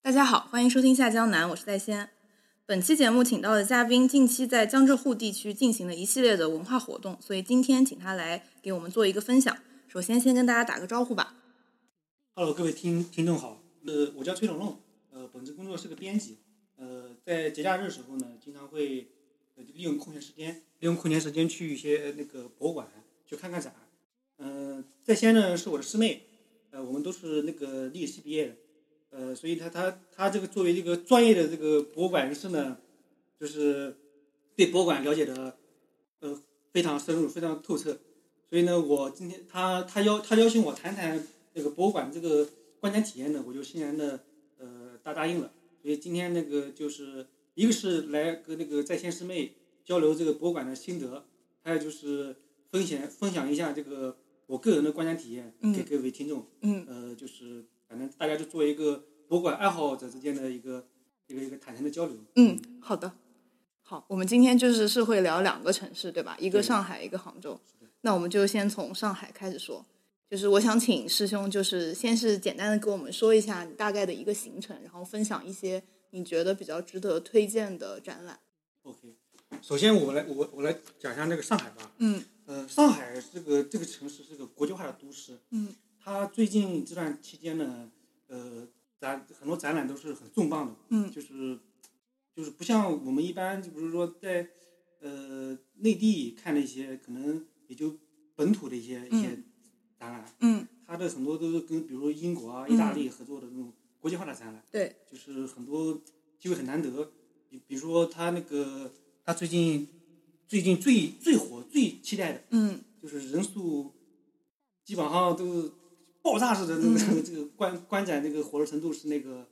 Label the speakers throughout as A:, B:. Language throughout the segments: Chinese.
A: 大家好，欢迎收听下江南，我是在先。本期节目请到的嘉宾近期在江浙沪地区进行了一系列的文化活动，所以今天请他来给我们做一个分享。首先，先跟大家打个招呼吧。
B: Hello，各位听听众好，呃，我叫崔龙龙，呃，本职工作是个编辑，呃，在节假日的时候呢，经常会、呃、利用空闲时间，利用空闲时间去一些呃那个博物馆去看看展，呃，在先呢是我的师妹，呃，我们都是那个历史系毕业的，呃，所以她她她这个作为这个专业的这个博物馆人士呢，就是对博物馆了解的，呃，非常深入，非常透彻，所以呢，我今天她她邀她邀请我谈谈。这个博物馆这个观展体验呢，我就欣然的呃答答应了。所以今天那个就是一个是来跟那个在线师妹交流这个博物馆的心得，还有就是分享分享一下这个我个人的观展体验
A: 嗯
B: 给各位听众。
A: 嗯，
B: 呃，就是反正大家就做一个博物馆爱好者之间的一个一个一个坦诚的交流。
A: 嗯，好的。好，我们今天就是是会聊两个城市，对吧？一个
B: 对
A: 上海，一个杭州
B: 是的。
A: 那我们就先从上海开始说。就是我想请师兄，就是先是简单的给我们说一下你大概的一个行程，然后分享一些你觉得比较值得推荐的展览。
B: OK，首先我来我我来讲一下那个上海吧。
A: 嗯
B: 呃，上海这个这个城市是个国际化的都市。
A: 嗯。
B: 它最近这段期间呢，呃，展很多展览都是很重磅的。
A: 嗯
B: 就是就是不像我们一般，就比如说在呃内地看的一些，可能也就本土的一些一些展览，
A: 嗯
B: 它的很多都是跟比如英国啊、意大
A: 嗯
B: 利合作的那种国际化的展览。
A: 对。
B: 就是很多机会很难得，比比如说他那个他最近最近最最火最期待的
A: 嗯
B: 就是人数基本上都是爆炸式的那个、这个观观展这个火热程度是那个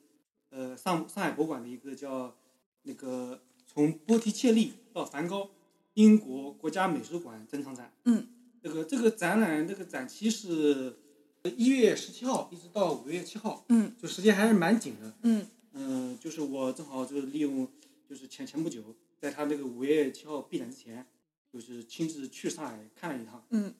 B: 呃上上海博物馆的一个叫那个从波提切利到梵高英国国家美术馆珍藏展。
A: 嗯，
B: 这个这个展览这个展期是一月十七号一直到五月七号，
A: 嗯，
B: 就时间还是蛮紧的。
A: 嗯
B: 嗯，就是我正好就是利用，就是前前不久，在他那个五月七号闭展之前，就是亲自去上海看了一趟。
A: 嗯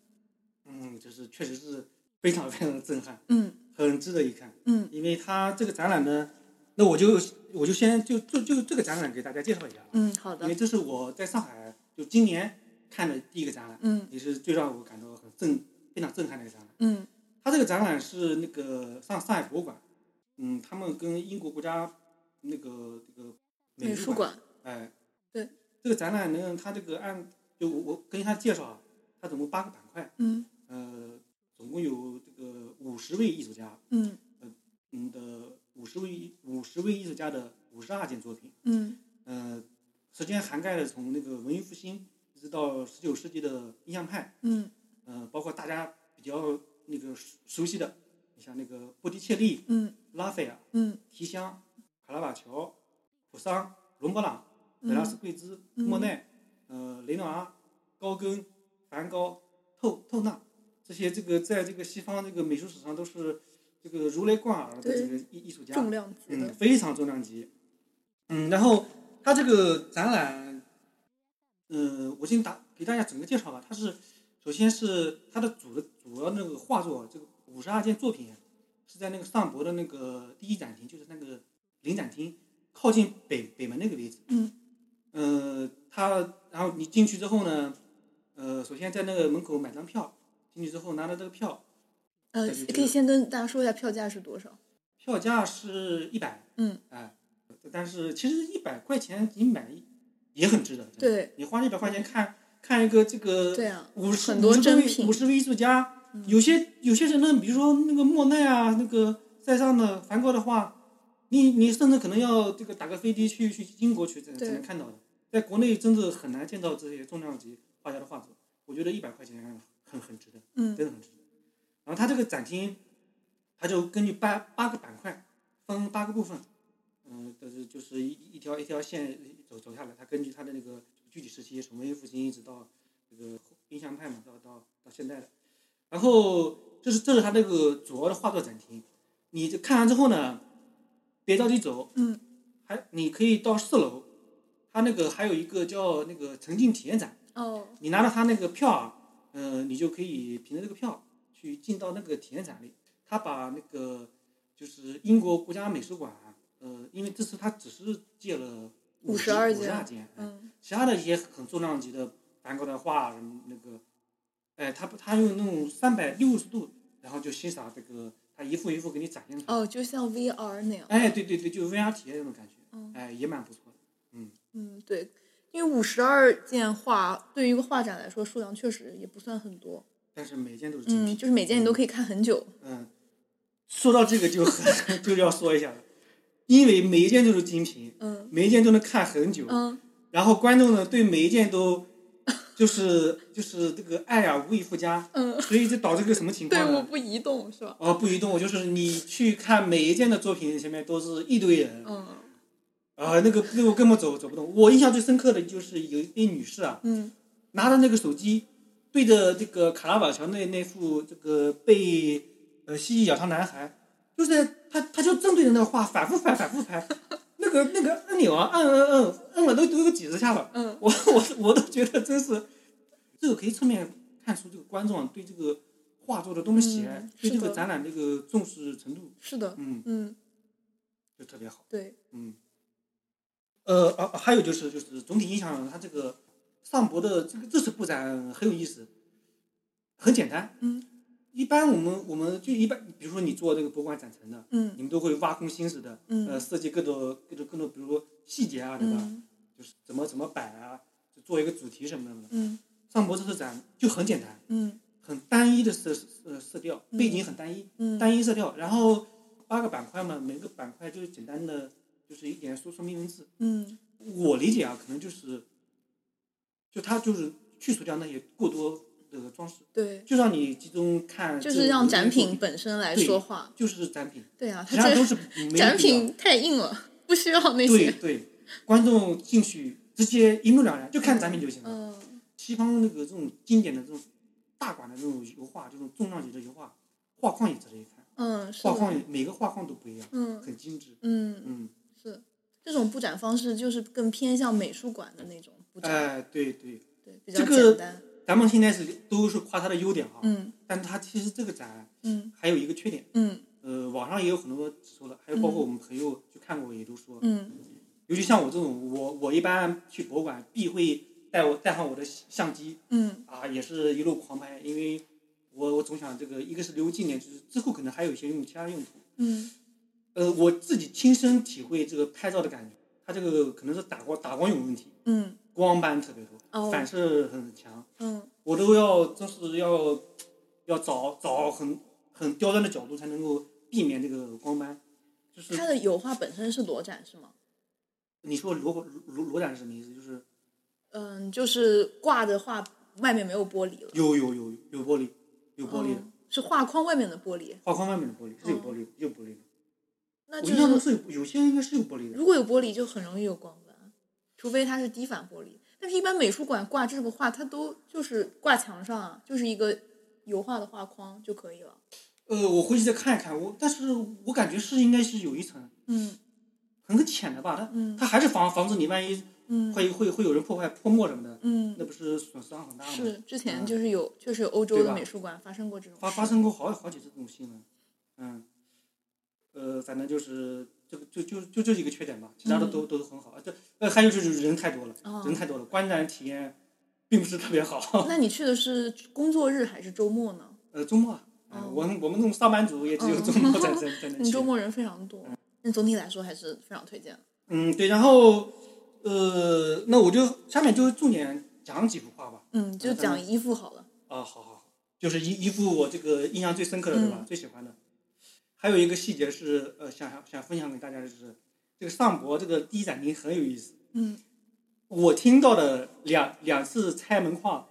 B: 嗯，就是确实是非常非常的震撼，
A: 嗯
B: 很值得一看。
A: 嗯
B: 因为他这个展览呢，那我就我就先就就就这个展览给大家介绍一下啊，
A: 嗯，好
B: 因
A: 的
B: 为。这是我在上海就今年看的第一个展览，
A: 嗯
B: 也是最让我感到很震非常震撼的一个展览。
A: 嗯
B: 他这个展览是那个上上海博物馆，嗯，他们跟英国国家那个这个
A: 美术
B: 术
A: 馆。
B: 哎，
A: 对，
B: 这个展览呢，它这个按就我我跟他介绍啊，它总共八个板块，
A: 嗯
B: 呃，总共有这个五十位艺术家，
A: 嗯
B: 嗯的五十位五十位艺术家的五十二件作品，
A: 嗯
B: 呃，时间涵盖了从那个文艺复兴一直到十九世纪的印象派，
A: 嗯
B: 呃，包括大家比较那个熟熟悉的，你像那个波提切利、
A: 嗯
B: 拉斐尔、
A: 嗯
B: 提香、卡拉瓦乔、普桑、伦勃朗、本拉斯
A: 嗯
B: 贵兹、
A: 嗯
B: 莫奈、呃雷诺阿、高更、梵高、透透纳这些这个在这个西方这个美术史上都是这个如雷贯耳的
A: 对
B: 这个艺艺术家，
A: 重量级
B: 嗯，
A: 的。
B: 非常重量级。嗯，然后它这个展览，呃，我先打给大家整个介绍吧。它是首先是它的主的主要那个画作，这个五十二件作品是在那个上博的那个第一展厅，就是那个临展厅靠近北北门那个位置。
A: 嗯。
B: 呃，它然后你进去之后呢，呃，首先在那个门口买张票，进去之后拿到这个票，
A: 呃，可以先跟大家说一下票价是多少？
B: 票价是一百，
A: 嗯，
B: 哎，但是其实一百块钱你买一也很值得，真的，
A: 对
B: 你花一百块钱看看一个这个
A: 对啊，
B: 五十
A: 很多珍品
B: 五十位艺术家
A: 嗯，
B: 有些有些人呢，比如说那个莫奈啊，那个塞尚的梵高的话，你你甚至可能要这个打个飞的去去英国去才
A: 对
B: 才能看到的，在国内真的很难见到这些重量级画家的画作，我觉得一百块钱很很值得。
A: 嗯
B: 真的很值得。然后它这个展厅，它就根据八八个板块分八个部分，嗯、就是就是一一条一条线走走下来，它根据它的那个具体时期，从文艺复兴一直到这个印象派嘛，到到到现在的。然后这是这是它那个主要的画作展厅，你这看完之后呢，别着急走，
A: 嗯，
B: 还你可以到四楼，它那个还有一个叫那个沉浸体验展。
A: 哦，
B: 你拿到他那个票啊，呃，你就可以凭着这个票去进到那个体验展里。他把那个就是英国国家美术馆呃，因为这次他只是借了
C: 52
B: 五十二件，哎
C: 嗯
B: 其他的一些很重量级的梵高的画什么那个，哎，他不他用那种三百六十度，然后就欣赏这个，他一幅一幅给你展现出来。
C: 哦，就像 VR 那样，
B: 哎，对对对，就是 VR 体验那种感觉，
C: 嗯
B: 哎，也蛮不错的。
C: 嗯，对，因为五十二件画对于一个画展来说数量确实也不算很多，
B: 但是每件都是精
C: 嗯，
B: 品，
C: 就是每件你都可以看很久，
B: 嗯，说到这个就很 就要说一下了，因为每一件都是精品，
C: 嗯
B: 每一件都能看很久，
C: 嗯，
B: 然后观众呢对每一 件都就是就是这个爱而无以复加，
C: 嗯
B: 所以就导致一个什么情
C: 队
B: 况
C: 伍
B: 呢？
C: 不移动是吧？
B: 哦，不移动，就是你去看每一件的作品，前面都是一堆人，
C: 嗯
B: 啊，那个队伍根本走走不动。我印象最深刻的就是有一位女士啊，
C: 嗯
B: 拿着那个手机，对着这个卡拉瓦乔那那幅这个被呃蜥蜴咬伤男孩，就是在他他就正对着那个画反复拍反 复拍，那个那个按钮啊按按按按了都都有几十下了，
C: 嗯
B: 我我我都觉得真是，这个可以侧面看出这个观众啊对这个画作的多么喜爱，
C: 嗯
B: 对这
C: 是
B: 个
C: 的
B: 展览这个重视程度，
C: 是的，
B: 嗯，
C: 嗯
B: 就特别好。
C: 对，
B: 嗯，呃，啊，还有就是就是总体印象，它这个上博的这个这次布展很有意思，很简单。
C: 嗯，
B: 一般我们我们就一般，比如说你做这个博物馆展陈的，
C: 嗯
B: 你们都会挖空心思的，呃，
C: 嗯
B: 设计各种各种各种，比如说细节啊，对吧？
C: 嗯
B: 就是怎么怎么摆啊，就做一个主题什么的。
C: 嗯
B: 上博这次展就很简单，
C: 嗯
B: 很单一的色呃色调，背景很单一，
C: 嗯
B: 单一色调，然后八个板块嘛，每个板块就是简单的，就是一点说说明文字。
C: 嗯
B: 我理解啊，可能就是，就它就是去除掉那些过多的装饰，
C: 对，
B: 就让你集中看这
C: 就
B: 五件作品，
C: 是让展品本身来
B: 对
C: 说话，
B: 就是展品，
C: 对啊，
B: 其
C: 它
B: 他都
C: 这
B: 是没有必要
C: 展品太硬了，不需要那
B: 对
C: 些，
B: 对，观众进去直接一目了然，就看展品就行了。
C: 嗯
B: 西方那个这种经典的这种大馆的这种油画，这种重量级的油画，画框也值得一看，
C: 嗯是
B: 画
C: 的，
B: 框也每个画框都不一样，
C: 嗯
B: 很精致。
C: 嗯。
B: 嗯，
C: 是，这种布展方式就是更偏向美术馆的那种布展，
B: 哎、对对，
C: 对，比较
B: 这个
C: 简单。
B: 咱们现在是都是夸它的优点啊，
C: 嗯
B: 但它其实这个展
C: 嗯
B: 还有一个缺点。
C: 嗯
B: 呃，网上也有很多指出了，还有包括我们朋友去看过也都说，
C: 嗯
B: 尤其像我这种，我我一般去博物馆必会带我带上我的相机
C: 嗯
B: 啊，也是一路狂拍，因为我我总想这个一个是留纪念，就是之后可能还有一些用其他用途。
C: 嗯
B: 呃，我自己亲身体会这个拍照的感觉，它这个可能是打光打光有问题，
C: 嗯
B: 光斑特别多，
C: 哦
B: 反射很强，
C: 嗯
B: 我都要真是要要找找很很刁钻的角度才能够避免这个光斑，就是
C: 它的油画本身是裸展是吗？
B: 你说裸裸裸展是什么意思？就是
C: 嗯，就是挂着画，外面没有玻璃了。
B: 有有有有玻璃，有玻璃的，
C: 嗯是画框外面的玻璃，
B: 画框外面的玻璃是有玻璃的，有玻璃的。
C: 那
B: 我印象
C: 就
B: 中
C: 是
B: 是有有些应该是有玻璃的。
C: 如果有玻璃就很容易有光斑，除非它是低反玻璃。但是，一般美术馆挂这个画，它都就是挂墙上啊，就是一个油画的画框就可以了。
B: 呃，我回去再看一看，我但是我感觉是应该是有一层
C: 嗯
B: 很浅的吧，它、
C: 嗯
B: 它还是防防止你万一
C: 嗯
B: 会会会有人破坏泼墨什么的，
C: 嗯，
B: 那不是损伤很大吗？
C: 是，之前
B: 嗯
C: 就是有，确实有欧洲
B: 对
C: 的
B: 吧
C: 美术馆发生过这种
B: 发
C: 事
B: 发生过好好几次这种新闻，嗯，呃，反正就是这个就就就这几个缺点吧，其他的都、都很好。这呃还有就是人太多了，
C: 嗯哦
B: 人太多了，观展体验并不是特别好。
C: 那你去的是工作日还是周末呢？
B: 呃，周末，嗯、
C: 哦
B: 我们我们这种上班族也只有周末 才才才能
C: 你
B: 去。
C: 周末人非常多，那总体来说还是非常推荐。
B: 嗯，对，然后呃，那我就下面就重点讲几幅画吧。
C: 嗯，就
B: 嗯
C: 讲衣服好了。
B: 啊，好好好，就是一一幅我这个印象最深刻的，对
C: 嗯
B: 吧？最喜欢的。还有一个细节是，呃，想想想分享给大家的就是，这个上博这个第一展厅很有意思。
C: 嗯
B: 我听到的两两次拆门框，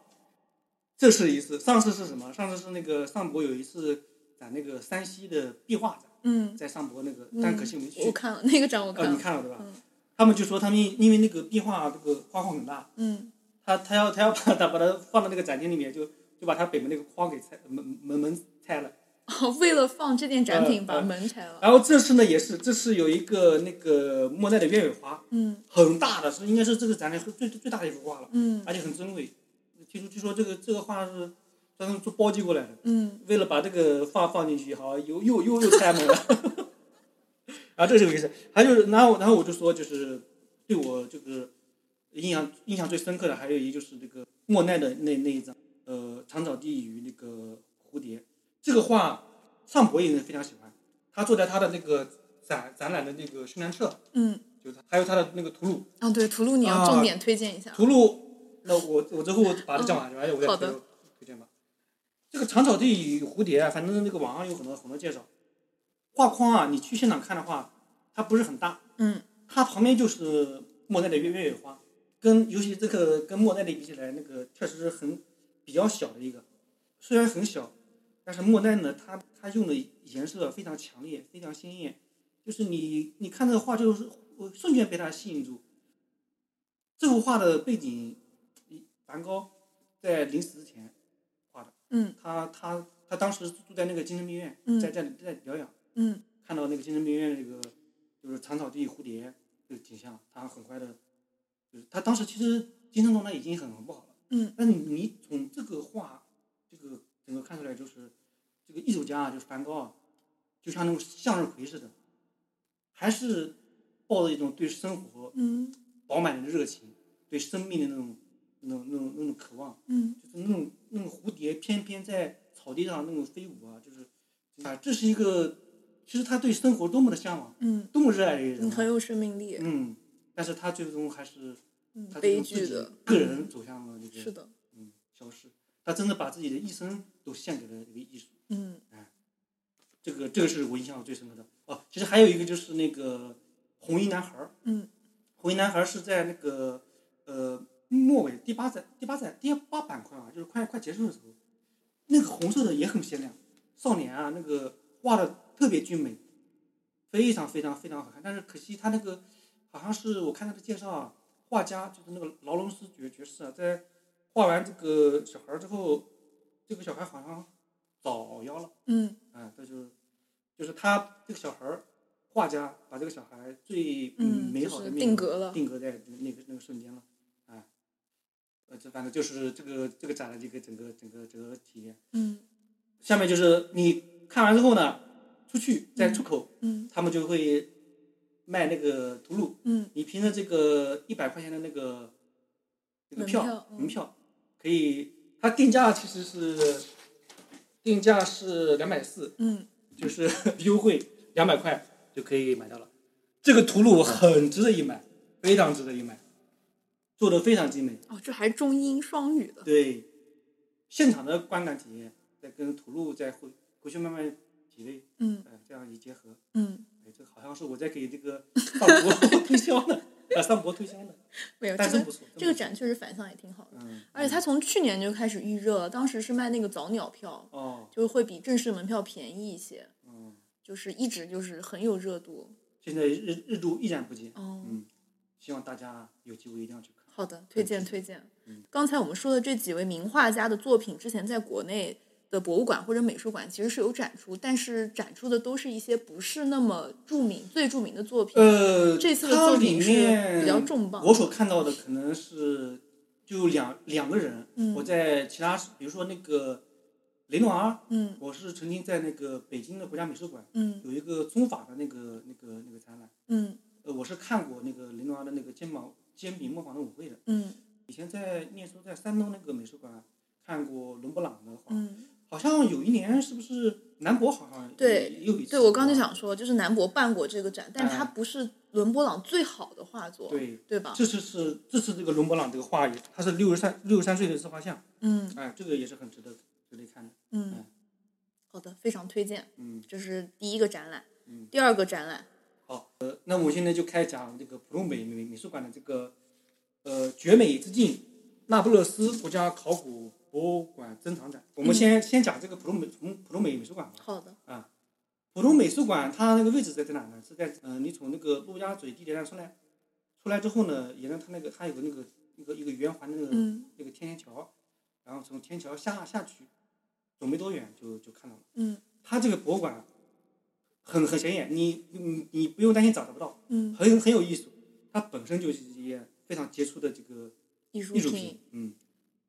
B: 这是一次。上次是什么？上次是那个上博有一次展那个山西的壁画展，
C: 嗯，
B: 在上博那个，
C: 嗯
B: 但可惜我没去。
C: 我看了那个展，我
B: 呃，
C: 看
B: 你
C: 了。
B: 看了对吧？
C: 嗯
B: 他们就说他们因因为那个壁画这个画框很大，
C: 嗯
B: 他他要他要把他把它放到那个展厅里面，就就把他北门那个框给拆门门门拆了。
C: 哦，为了放这件展品，
B: 呃
C: 把
B: 呃
C: 门拆了。
B: 然后这次呢也是，这次有一个那个莫奈的鸢尾花，
C: 嗯
B: 很大的，是应该是这个展览最最最大的一幅画了，
C: 嗯
B: 而且很珍贵。据说据说这个这个画是专门做包机过来的，
C: 嗯，
B: 为了把这个画放进去，好像又又又又拆门了。然后啊这是有意思，还有就是，然后然后我就说，就是对我就是印象印象最深刻的，还有一就是那个莫奈的那那一张，呃，长草地与那个蝴蝶这个画，上博也是非常喜欢，他坐在他的那个展展览的那个宣传册，
C: 嗯，
B: 就是还有他的那个图录，
C: 啊，对，图录你要重点推荐一下。
B: 图录，那我我之后把它讲完，哎然后我再
C: 嗯好
B: 推
C: 的
B: 推荐吧。这个长草地与蝴蝶啊，反正那个网上有很多很多介绍。画框啊，你去现场看的话，它不是很大，
C: 嗯，
B: 它旁边就是莫奈的月月野花，跟尤其这个跟莫奈的比起来，那个确实是很比较小的一个，虽然很小，但是莫奈呢，它它用的颜色非常强烈，非常鲜艳，就是你你看这个画就是我瞬间被它吸引住。这幅画的背景，呃梵高在临死之前画的，
C: 嗯
B: 他他他当时住在那个精神病院，
C: 嗯
B: 在在在疗养。
C: 嗯
B: 看到那个精神病院那个就是长草地蝴蝶这个景象，他很快的，就是他当时其实精神状态已经很很不好了，
C: 嗯，
B: 但是你从这个画这个整个看出来，就是这个艺术家啊，就是梵高啊，就像那种向日葵似的，还是抱着一种对生活
C: 嗯
B: 饱满的热情，对生命的那种那种那种那种渴望，
C: 嗯
B: 就是那种那种蝴蝶翩翩在草地上那种飞舞啊，就是啊，这是一个，其实他对生活多么的向往，
C: 嗯，
B: 多么热爱的一个人
C: 你很
B: 啊，
C: 有生命力，
B: 嗯，但是他最终还是
C: 嗯
B: 他
C: 悲
B: 最终自
C: 剧
B: 己
C: 的，
B: 个人走向了这个
C: 是的，
B: 嗯消失，他真的把自己的一生都献给了这个艺术，
C: 嗯
B: 这个这个是我印象最深刻的哦。其实还有一个就是那个红衣男孩儿，
C: 嗯
B: 红衣男孩儿是在那个呃末尾第八展第八展第八板块啊，就是快快结束的时候，那个红色的也很鲜亮，少年啊那个画的特别俊美，非常非常非常好看。但是可惜他那个好像是我看他的介绍啊，画家就是那个劳伦斯爵爵士啊，在画完这个小孩儿之后，这个小孩好像早夭了。
C: 嗯
B: 啊，这就是就是他这个小孩儿，画家把这个小孩儿最
C: 嗯，
B: 美
C: 就
B: 好的
C: 是
B: 面
C: 定
B: 目
C: 格了，
B: 定格在那个那个瞬间了，啊，呃，这反正就是这个这个展的这个整个整个整个体验。
C: 嗯
B: 下面就是你看完之后呢，出去在出口，
C: 嗯
B: 他们就会卖那个图录，
C: 嗯
B: 你凭着这个一百块钱的那个那个
C: 门
B: 票
C: 票嗯
B: 门票，可以，它定价其实是定价是两百四。
C: 嗯
B: 就是 优惠两百块就可以买到了。这个图
C: 嗯
B: 录很值得一买，非常值得一买，做的非常精美。
C: 哦，这还中英双语的，
B: 对，现场的观感体验再跟图录再回回去慢慢体味，
C: 嗯
B: 呃，这样一结合，
C: 嗯，
B: 哎，这好像是我在给 这个上博 推销呢，啊，上博推销呢，
C: 没有
B: 但
C: 哎这
B: 真
C: 个
B: 不错，
C: 这个
B: 真
C: 展确实反响也挺好的
B: 不，错，嗯，
C: 而且
B: 嗯
C: 它从去年就开始预热了，当时是卖那个早鸟票，
B: 哦，
C: 就是会比正式门票便宜一些，
B: 嗯，
C: 就是一直就是很有热度。
B: 现在日日度依然不减，
C: 哦，
B: 嗯，希望大家有机会一定要去看，
C: 好的，推荐推荐
B: 嗯。
C: 刚才我们说的这几位名画家的作品，之前在国内的博物馆或者美术馆其实是有展出，但是展出的都是一些不是那么著名、最著名的作品。
B: 呃，
C: 这次的
B: 它
C: 作
B: 里
C: 品是
B: 面
C: 比较重磅。
B: 我所看到的可能是就两两个人，
C: 嗯
B: 我在其他，比如说那个雷诺阿，
C: 嗯
B: 我是曾经在那个北京的国家美术馆
C: 嗯
B: 有一个中法的那个那个那个展览，
C: 嗯
B: 呃，我是看过那个雷诺阿的那个肩膀煎饼磨坊的舞会的。
C: 嗯
B: 以前在念书在山东那个美术馆看过伦勃朗的画，
C: 嗯，
B: 好像有一年是不是南博好像也
C: 对
B: 也有一次，
C: 对我刚就，想说，就是南博办过这个展，但
B: 哎
C: 它不是伦勃朗最好的画作，
B: 对，
C: 对吧？
B: 这次是这次这个伦勃朗这个画也，他是六十三六十三岁的自画像，
C: 嗯
B: 哎，这个也是很值得值得看的。
C: 嗯，好的，非常推荐。
B: 嗯，
C: 这是第一个展览，
B: 嗯
C: 第二个展览，
B: 好，呃，那我现在就开讲这个普鲁美美美术馆的这个呃绝美之境那不勒斯国家考古博物馆珍藏展。我们先、先讲这个普鲁美从普鲁美美术馆吧。
C: 好的，
B: 普通美术馆它那个位置在在哪呢？是在嗯、呃你从那个陆家嘴地铁站出来，出来之后呢，沿着它那个它有个那个一个一个圆环的那个、
C: 嗯
B: 那个天桥，然后从天桥下下去，走没多远就就看到了。
C: 嗯
B: 它这个博物馆很很显眼，你你你不用担心找找不到，
C: 嗯，
B: 很很有艺术。它本身就是一件非常杰出的这个
C: 艺术
B: 艺术
C: 品
B: 品，，嗯，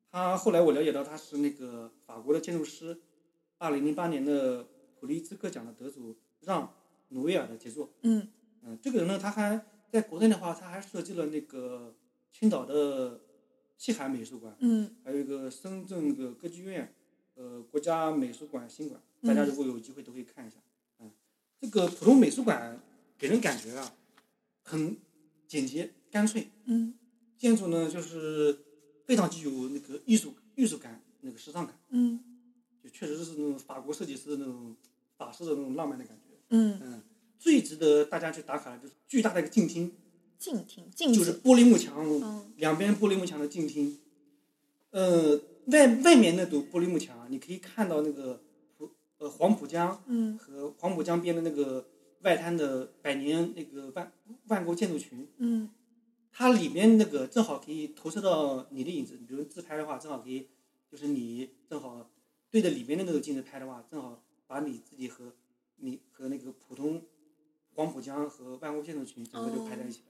B: 他后来我了解到他是那个法国的建筑师，二零零八年的普利兹克奖的得主让·努维尔的杰作。
C: 嗯
B: 嗯，这个人呢，他还在国内的话，他还设计了那个青岛的西海美术馆，
C: 嗯
B: 还有一个深圳的歌剧院，呃，国家美术馆新馆，大家如果有机会都可以看一下。嗯，这个浦东美术馆给人感觉啊，很简洁干脆，
C: 嗯
B: 建筑呢就是非常具有那个艺术艺术感，那个时尚感，
C: 嗯
B: 就确实是那种法国设计师的那种法式的那种浪漫的感觉。
C: 嗯，
B: 嗯，最值得大家去打卡的就是巨大的一个镜厅，
C: 静听静
B: 就是
C: 止，
B: 玻璃幕墙，
C: 嗯
B: 两边玻璃幕墙的镜厅，呃，外外面那堵玻璃幕墙，啊你可以看到那个浦呃黄浦江
C: 嗯
B: 和黄浦江边的那个外滩的百年那个万万国建筑群，
C: 嗯
B: 它里面那个正好可以投射到你的影子，比如自拍的话，正好可以就是你正好对着里面的那个镜子拍的话，正好把你自己和你和那个浦东黄浦江和万国建筑群整个就拍在一起了，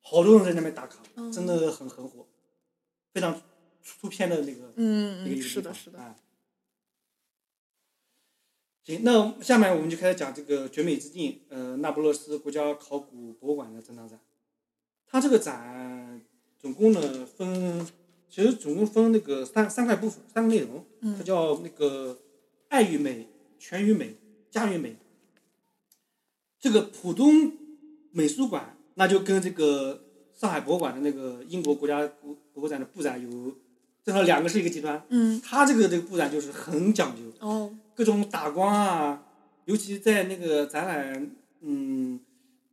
B: 好多人在那边打卡，
C: 嗯
B: 真的很很火，非常出出片的那个
C: 嗯
B: 一个一
C: 嗯，
B: 个
C: 是
B: 地
C: 的，
B: 方
C: 是的，
B: 啊行，那下面我们就开始讲这个绝美之境，呃，那不勒斯国家考古博物馆的珍藏展。它这个展总共呢分，其实总共分那个三三块部分，三个内容，它
C: 嗯
B: 叫那个爱与美、全与美、家与美。这个浦东美术馆，那就跟这个上海博物馆的那个英国国家博博物展的布展有，正好两个是一个极端。
C: 嗯
B: 它这个这个布展就是很讲究，
C: 哦
B: 各种打光啊，尤其在那个展览，嗯，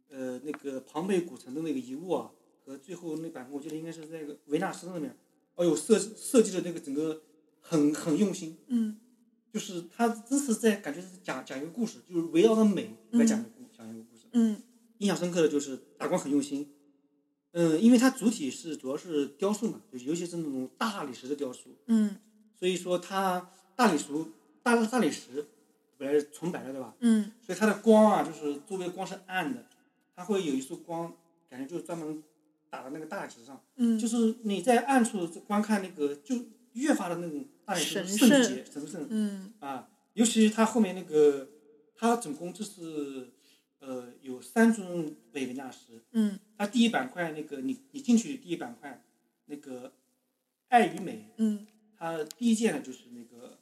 B: 呃，那个庞贝古城的那个遗物啊，和最后那版图，我记得应该是那个维纳斯那边，哦呦，设设计的那个整个很很用心，
C: 嗯
B: 就是他真是在感觉是讲讲一个故事，就是围绕着美来讲一个故、讲一个故事。
C: 嗯
B: 印象深刻的就是打光很用心，嗯，因为它主体是主要是雕塑嘛，就尤其是那种大理石的雕塑，
C: 嗯
B: 所以说它大理石大大理石本来是纯白的对吧？
C: 嗯
B: 所以它的光啊，就是周围光是暗的，它会有一束光，感觉就是专门打到那个大理石上，
C: 嗯，
B: 就是你在暗处观看那个，就越发的那种大理石的
C: 神
B: 圣
C: 圣
B: 洁神圣
C: 嗯
B: 啊，尤其是它后面那个，它总共就是呃有三尊维维纳斯，
C: 嗯
B: 它第一板块那个你你进去第一板块那个爱与美
C: 嗯
B: 它第一件呢就是那个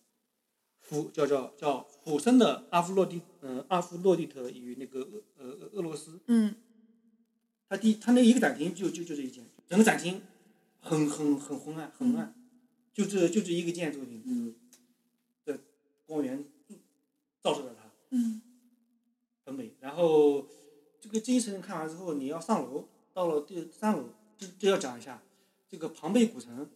B: 俯叫叫叫俯身的阿夫洛狄，嗯，阿夫洛狄特与那个俄呃俄俄罗斯，
C: 嗯
B: 它第它那一个展厅就就就这一件，整个展厅很很很昏暗，很暗，就这就这一个件作品，嗯，的光源照射着它，
C: 嗯
B: 很美。然后这个这一层看完之后，你要上楼，到了第三楼，这这要讲一下这个庞贝古城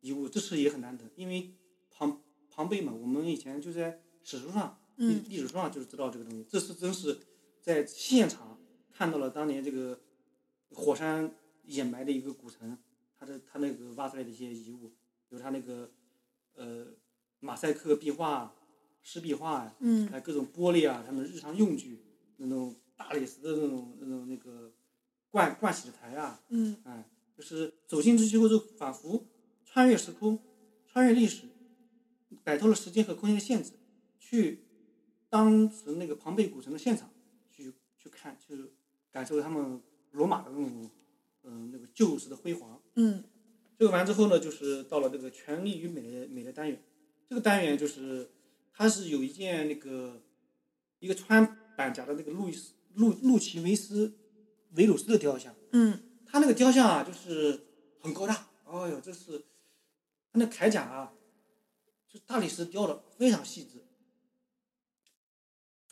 B: 遗物，这次也很难得，因为庞庞贝嘛，我们以前就在史书上、历
C: 嗯
B: 历史书上就是知道这个东西，这次真是在现场看到了当年这个火山掩埋的一个古城，它的它那个挖出来的一些遗物，比如它那个呃马赛克壁画、湿壁画呀。
C: 嗯
B: 还有各种玻璃啊，他们日常用具，那种大理石的那种那种那个盥盥洗台啊，
C: 嗯
B: 哎，就是走进去之后就仿佛穿越时空，穿越历史，摆脱了时间和空间的限制，去当时那个庞贝古城的现场去去看，去感受他们罗马的那种嗯、呃那个旧时的辉煌。
C: 嗯
B: 这个完之后呢，就是到了这个权力与美的美的单元。这个单元就是它是有一件那个一个穿板甲的那个路易斯路路奇维斯维鲁斯的雕像，
C: 嗯
B: 他那个雕像啊就是很高大，哎呦，这是他那铠甲啊，就大理石雕的非常细致。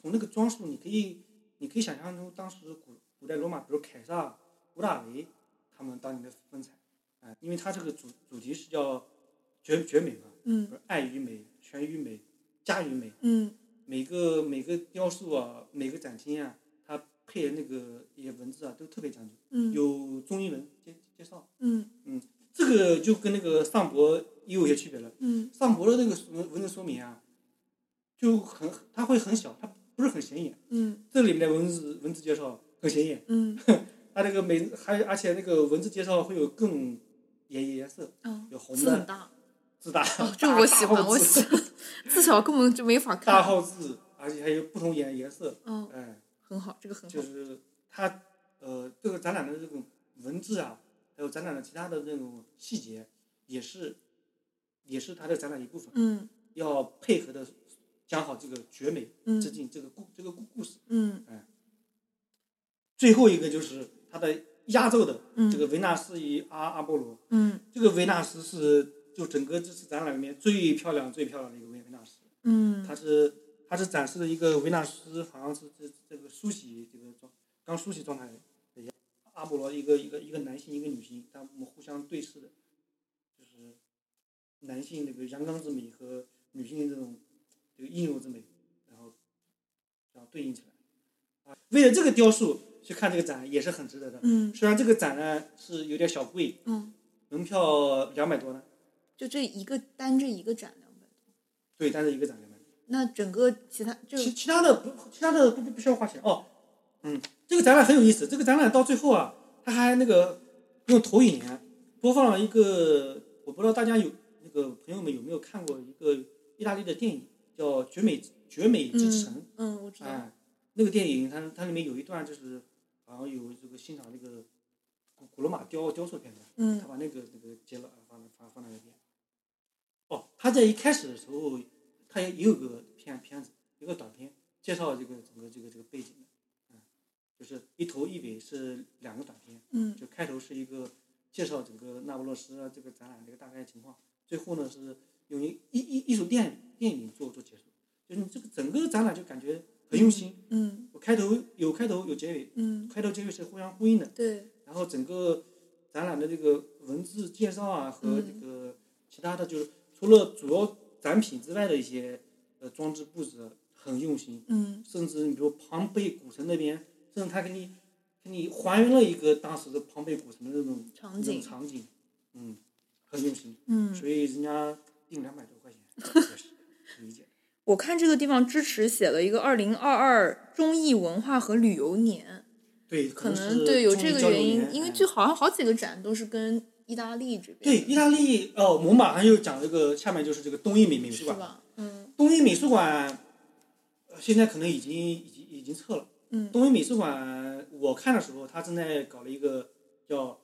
B: 从那个装束，你可以你可以想象出当时古古代罗马，比如凯撒、古大维他们当年的风采。哎，因为它这个主主题是叫绝绝美嘛，
C: 嗯
B: 不是爱与美、全与美、家与美，
C: 嗯
B: 每个每个雕塑啊，每个展厅啊，它配的那个一些文字啊，都特别讲究，
C: 嗯
B: 有中英文介介绍。
C: 嗯
B: 这个就跟那个上博也有些区别了。
C: 嗯
B: 上博的那个文文字说明啊，就很它会很小，它不是很显眼。
C: 嗯
B: 这里面的文字文字介绍很显眼，
C: 嗯
B: 它这个每还而且那个文字介绍会有各种颜颜色，
C: 嗯，
B: 有 红
C: 字很
B: 的
C: 大，
B: 字大，
C: 哦，这个我喜欢，我喜欢， 字小根本就没法
B: 大
C: 看，
B: 号字，而且还有不同颜颜色，
C: 嗯，
B: 哎，
C: 很好，这个很好
B: 就，是它呃这个展览的这种文字啊，还有展览的其他的那种细节，也是也是它的展览一部分，
C: 嗯
B: 要配合的讲好这个绝美
C: 嗯
B: 致敬这个故这个故故事。
C: 嗯
B: 最后一个就是它的压轴的
C: 嗯
B: 这个维纳斯与阿阿波罗，
C: 嗯
B: 这个维纳斯是就整个这次展览里面最漂亮最漂亮的一个维维纳斯。
C: 嗯
B: 它是它是展示了一个维纳斯，好像是这这个梳洗这个状刚梳洗状态的样子阿波罗一个一个一个男性一个女性，他们互相对视的，就是男性那个阳刚之美和女性这种这个阴柔之美，然后然后对应起来啊。为了这个雕塑去看这个展也是很值得的，
C: 嗯
B: 虽然这个展呢是有点小贵，
C: 嗯，
B: 门票两百多呢，
C: 就这一个单这一个展两百多，
B: 对，但是一个展两百多。
C: 那整个其他就
B: 其其他的不，其他的不不不需要花钱哦。嗯，这个展览很有意思。这个展览到最后啊，它还那个用投影啊播放了一个，我不知道大家有那个朋友们有没有看过一个意大利的电影叫《绝美绝美之城》
C: 嗯嗯我知道，
B: 哎，那个电影它它里面有一段就是好像有这个欣赏这个古古罗马雕雕塑片段，他
C: 嗯
B: 把那个那个截了放在放放在那边。哦，他在一开始的时候，他也也有个片片子，有个短片介绍这个整个这个这个背景的，嗯，就是一头一尾是两个短片，
C: 嗯
B: 就开头是一个介绍整个那不勒斯啊这个展览的一个大概情况，最后呢是用一艺艺艺术电影电影做做结束，就是你这个整个展览就感觉很用心，
C: 嗯
B: 我开头有开头有结尾，
C: 嗯，
B: 开头结尾是互相呼应的，
C: 对，
B: 然后整个展览的这个文字介绍啊和
C: 嗯
B: 这个其他的，就是除了主要展品之外的一些呃装置布置很用心，
C: 嗯
B: 甚至你比如庞贝古城那边，甚至他给你给你还原了一个当时的庞贝古城的那种
C: 场景
B: 那种场景，嗯，很用心，
C: 嗯，
B: 所以人家定两百多 块钱也是理解，
A: 我看这个地方支持写了一个二零二二中艺文化和旅游年，
B: 对，
C: 可
B: 能
C: 能
B: 是
C: 对有
B: 中
C: 这
B: 意
C: 个
B: 交流
C: 原因，
B: 年
C: 因为
B: 哎
C: 就好像好几个展都是跟意大利这边
B: 对
C: 的
B: 意大利哦，我们马上又讲这个，下面就是这个东艺美美术
C: 是
B: 馆。
C: 吧？嗯
B: 东一美术馆，呃现在可能已经已经已经撤了。
C: 嗯
B: 东一美术馆，我看的时候，他正在搞了一个叫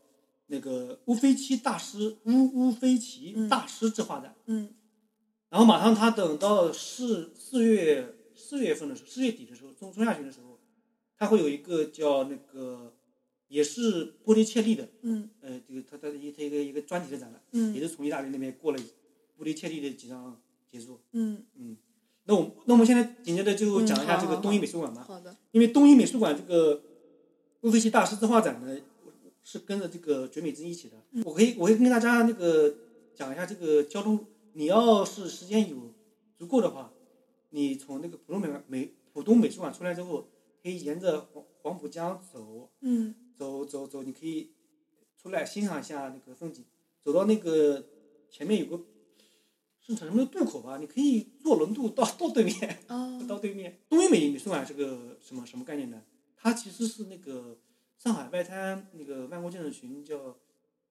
B: 那个乌菲齐大师乌乌菲齐大师之画展。
C: 嗯
B: 然后马上他等到四四月四月份的时候，四月底的时候，中中下旬的时候，他会有一个叫那个也是波利切利的，
C: 嗯
B: 呃，这个他他一他一个一个专题的展览，
C: 嗯
B: 也是从意大利那边过了波利切利的几张杰作。
C: 嗯，
B: 嗯，那我那我们现在紧接着就
C: 嗯
B: 讲一下
C: 好
B: 这个
C: 好
B: 东一美术馆吧，
C: 嗯好的，
B: 因为东一美术馆这个乌菲齐大师自画展呢是跟着这个绝美之一起的。
C: 嗯
B: 我可以我可以跟大家那个讲一下这个交通，你要是时间有足够的话，你从那个浦东美美浦东美术馆出来之后，可以沿着黄黄浦江走，
C: 嗯
B: 走走走，你可以出来欣赏一下那个风景。走到那个前面有个是什么渡口吧，你可以坐轮渡到到对面，到
C: 哦
B: 对面。东一美美术馆是啊个什么什么概念呢？它其实是那个上海外滩那个万国建筑群叫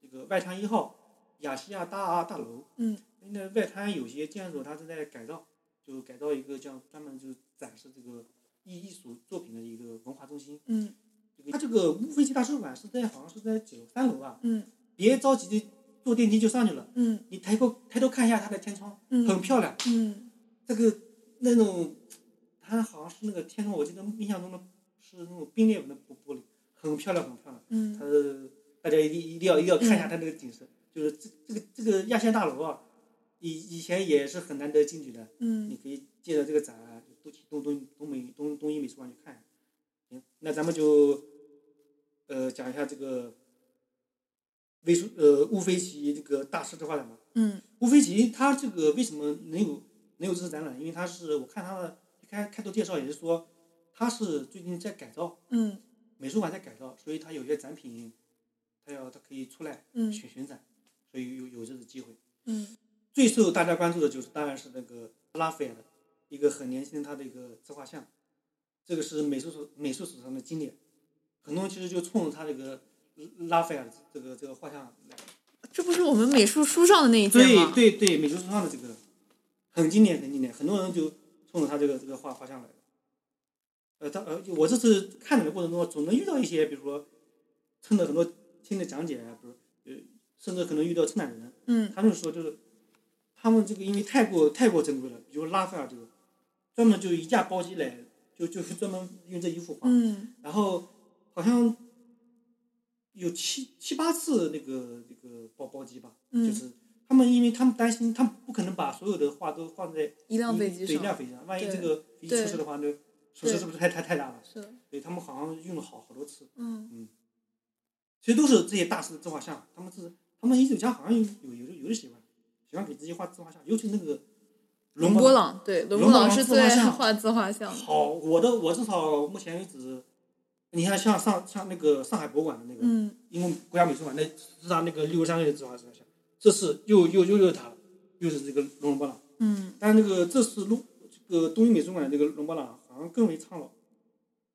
B: 那个外滩一号亚细亚大大楼。
C: 嗯，
B: 那外滩有些建筑它正在改造，就改造一个这样专门就展示这个艺艺术作品的一个文化中心。
C: 嗯
B: 这个它这个乌菲齐大术馆是在好像是在几楼三楼吧？
C: 嗯
B: 别着急的坐电梯就上去了，
C: 嗯
B: 你抬头抬头看一下它的天窗，很
C: 嗯
B: 漂亮。
C: 嗯
B: 这个那种，它好像是那个天窗，我记得印象中的是那种冰裂纹的玻玻璃，很漂亮，很漂亮。
C: 嗯
B: 它的大家一定一定要一定要看一下它那个景色，就是这这个这个亚细亚大楼啊，以以前也是很难得进去的，你
C: 嗯，
B: 可以借着这个展啊，就东东东东美东东一美术馆去看一下。行，那咱们就呃讲一下这个魏书呃乌菲齐这个大师之画展吧。
C: 嗯
B: 乌菲齐他这个为什么能有能有这次展览？因为他是我看他的开开头介绍也是说，他是最近在改造
C: 嗯
B: 美术馆在改造，所以他有些展品，他要他可以出来
C: 嗯
B: 巡巡展，所以有有这次机会。
C: 嗯
B: 最受大家关注的就是当然是那个拉斐尔的一个很年轻的他的一个自画像，这个是美术史美术史上的经典，很多人其实就冲着他这个拉斐尔的这个这个画像来。
C: 这不是我们美术书上的那一件
B: 对
C: 吗？
B: 对对，美术书上的这个很经典，很经典，很多人就冲着他这个这个画画像来的。呃，他呃，我这次看展的过程中，总能遇到一些，比如说蹭了很多新的讲解啊，比如呃，甚至可能遇到策展人，
C: 嗯
B: 他们说就是呃他们这个因为太过太过珍贵了，比如拉斐尔这个，专门就一架包机来，就就是专门用这一幅画，
C: 嗯
B: 然后好像有七七八次那个那个包包机吧，就
C: 嗯，
B: 是他们因为他们担心，他们不可能把所有的画都放在
A: 一辆飞机
B: 对一
A: 上，
B: 辆飞机上，万一
A: 对
B: 这个飞机
C: 对
B: 出事的话，那损失是不是太太太大了？
C: 是的，
B: 对他们好像用了好好多次，
C: 嗯
B: 其实都是这些大师的自画像，他们自他们艺术家好像有有有的有的喜欢，喜欢给自己画自画像，尤其那个
C: 伦
B: 勃
C: 勃朗，对，伦
B: 伦勃
C: 朗
B: 朗
C: 是
B: 自
C: 最
B: 画
C: 爱
B: 像
C: 画自画像的，
B: 好，我的我至少目前为止，你看像上像那个上海博物馆的那个，
C: 嗯
B: 因为国家美术馆那是他那个六十三岁的自画像，这次又又又又是他了，又是这个龙勃朗。
C: 嗯
B: 但那个这次路这个东京美术馆的这个龙勃朗好像更为苍老，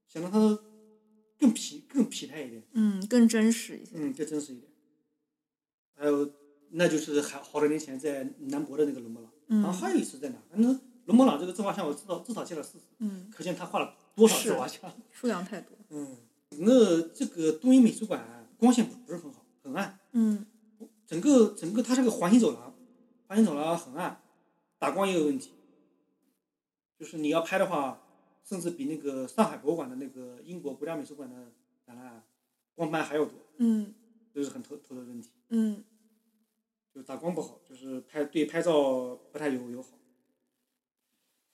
B: 显得他更疲更疲态一点，
C: 嗯，更真实一些，
B: 嗯，更真实一点。还有，那就是还好多年前在南博的那个龙勃朗，然后
C: 嗯
B: 还有一次在哪？反正龙勃朗这个自画像我至少至少见了四次，
C: 嗯，
B: 可见他画了多少
C: 是
B: 自画像。
C: 数量太多，
B: 嗯，整个这个东京美术馆啊光线不不是很好，很暗。
C: 嗯
B: 整个整个它这个环形走廊，环形走廊很暗，打光也有问题。就是你要拍的话，甚至比那个上海博物馆的那个英国国家美术馆的展览啊光斑还要多，
C: 嗯
B: 这、就是很头头的问题。
C: 嗯
B: 就打光不好，就是拍对拍照不太友友好。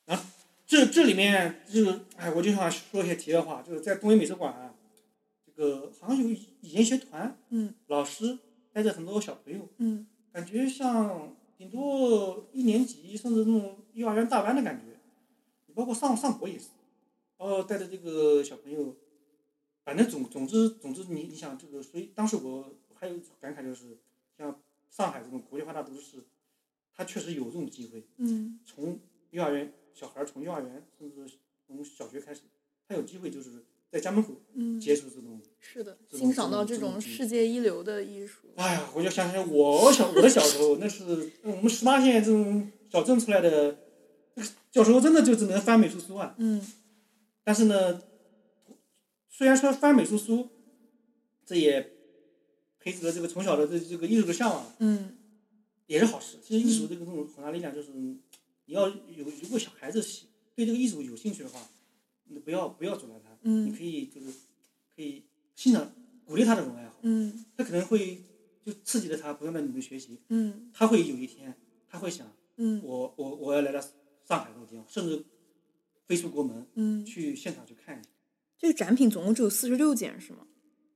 B: 然后这这里面就是，哎，我就想说一些题外话，就是在东京美术馆、啊，这个好像有研学团，
C: 嗯，
B: 老师带着很多小朋友，
C: 嗯
B: 感觉像顶多一年级甚至那种幼儿园大班的感觉，你包括上上博也是，然后带着这个小朋友，反正总总之总之你你想这个，所以当时我还有一种感慨就是，像上海这种国际化大都市，它确实有这种机会，
C: 嗯
B: 从幼儿园小孩儿从幼儿园甚至从小学开始，他有机会就是在家门口
C: 嗯，
B: 接触这种
C: 是的，
B: 这种
C: 欣赏到
B: 这
C: 这
B: 种
C: 种
B: 这种
C: 世界一流的艺术，
B: 哎呀，我就想起来我小我的小时候， 那是我们十八线这种小镇出来的，小时候真的就只能翻美术书啊。
C: 嗯
B: 但是呢，虽然说翻美术书，这也培植了这个从小的这这个艺术的向往，
C: 嗯
B: 也是好事。其实艺术这个这种很大力量就是，你要有如果小孩子喜对这个艺术有兴趣的话，你不要不要阻拦他，你
C: 嗯
B: 可以就是可以欣赏鼓励他这种爱好，
C: 嗯
B: 他可能会就刺激着他不断的努力学习。
C: 嗯
B: 他会有一天，他会想，
C: 嗯
B: 我我我要来到上海这个地方，甚至飞出国门
C: 嗯，
B: 去现场去看一下，
C: 这个展品总共只有四十六件是吗？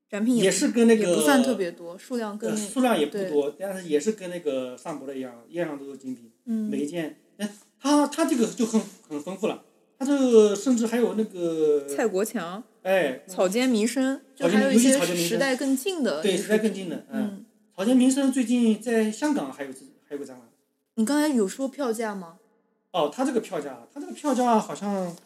C: 展品
B: 也是跟那个
C: 也不算特别多，数量更
B: 呃
C: 那
B: 数量也不多，但是也是跟那个上博的一样，样样都是精品，
C: 嗯
B: 每一件，哎，他他这个就很很丰富了，他这个甚至还有那个，
C: 蔡国强、
B: 哎，
C: 草间弥生，就
B: 草间
C: 还有一
B: 尤其
C: 些
B: 草间弥
C: 时
B: 生
C: 代更近的
B: 对，
C: 艺
B: 时代
C: 术
B: 更近的，嗯，
C: 嗯，
B: 草间弥生最近在香港还有自还有个展览，
C: 你刚才有说票价吗？
B: 哦，他这个票价，他这个票价好像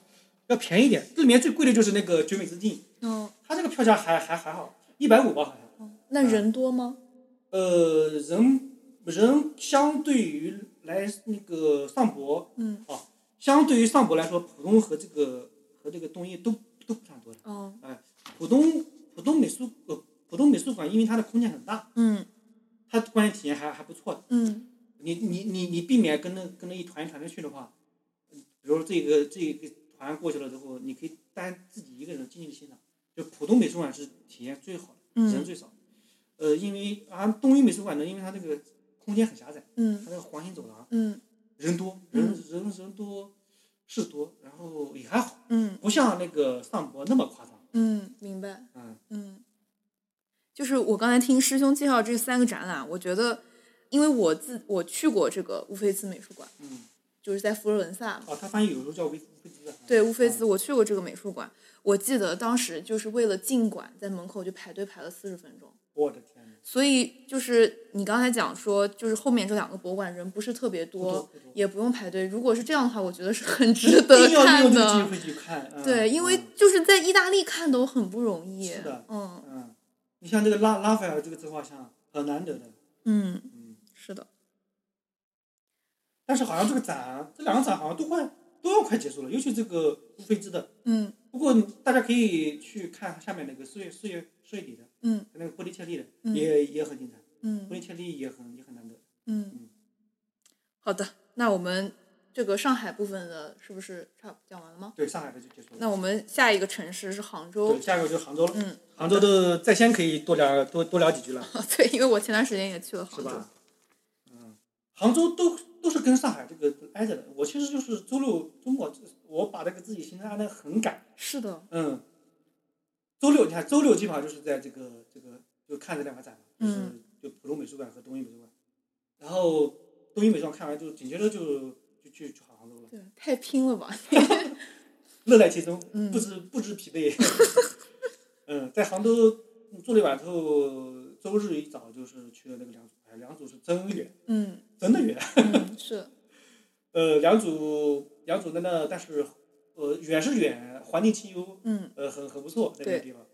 B: 要便宜一点，这里面最贵的就是那个绝美之境。
C: 嗯，
B: 他这个票价还还还好，一百五吧，好像。
C: 那
B: 嗯
C: 人多吗？
B: 呃，人人相对于来那个上博，
C: 嗯，
B: 相对于上博来说，浦东和这个和这个东映都都不算多的。
C: 哦，
B: 浦东浦东美术呃浦东美术馆，因为它的空间很大，
C: 嗯
B: 它观影体验还还不错的。
C: 嗯
B: 你你你你避免跟那跟那一团一团的去的话，比如说这个这个团过去了之后，你可以单自己一个人静静的欣赏。就浦东美术馆是体验最好的。人
C: 嗯
B: 最少。呃，因为啊，东一美术馆呢，因为它这个空间很狭窄，它
C: 嗯
B: 那个环形走廊
C: 嗯
B: 人多，人人人多是多，然后也还好，
C: 嗯
B: 不像那个上博那么夸张。
C: 嗯，明白。
B: 嗯，
C: 嗯，就是我刚才听师兄介绍这三个展览，我觉得，因为我自我去过这个乌菲兹美术馆，
B: 嗯，
C: 就是在佛罗伦萨嘛。
B: 啊，它翻译有时候叫维维兹的。
C: 对，乌菲
B: 啊
C: 兹，我去过这个美术馆，我记得当时就是为了进馆，在门口就排队排了四十分钟。
B: 我的天哪！
C: 所以就是你刚才讲说，就是后面这两个博物馆人不是特别
B: 不多
C: 多
B: 不多，
C: 也不用排队。如果是这样的话，我觉得是很值
B: 一
C: 得
B: 定要利
C: 看
B: 用这个机
C: 的。
B: 会去看。嗯
C: 对，因为
B: 嗯
C: 就是在意大利看都很不容易。
B: 是的
C: 嗯
B: 嗯，你像这个拉拉斐尔这个自画像很难得的，
C: 嗯，
B: 嗯，
C: 是的，
B: 但是好像这个展，这两个展好像都快都要快结束了，尤其这个乌菲兹的。
C: 嗯
B: 不过大家可以去看下面那个四月四月四月底的，
C: 嗯，
B: 那个波利切利的、
C: 嗯
B: 也也很精彩，波
C: 嗯
B: 利切利也很也很难得。
C: 嗯，好的，那我们这个上海部分的是不是差不多讲完了吗？
B: 对，上海的就结束了。
C: 那我们下一个城市是杭州
B: 对，，下一个就是杭州了。
C: 嗯，
B: 杭州的在先可以多聊多多聊几句了，
C: 对，因为我前段时间也去了
B: 是
C: 杭州，
B: 吧？嗯，杭州都都是跟上海这个挨着的。我其实就是周六周末，我把这个自己行程安得很赶。
C: 是的，
B: 嗯，周六你看，周六基本上就是在这个这个就看这两个展嘛，就是
C: 嗯
B: 就浦东美术馆和东一美术馆，然后东一美术馆看完就紧接着就就去去杭州了，
C: 对，太拼了吧？
B: 乐在其中，
C: 嗯
B: 不知不知疲惫。 嗯，在杭州住了一晚之后，周日一早就是去了那个良渚，哎，良渚是真远，
C: 嗯
B: 真的远。
C: 嗯，是，
B: 呃，良渚良渚在那，但是呃远是远，环境清幽，
C: 嗯
B: 呃，很很不错那
C: 对
B: 个地方。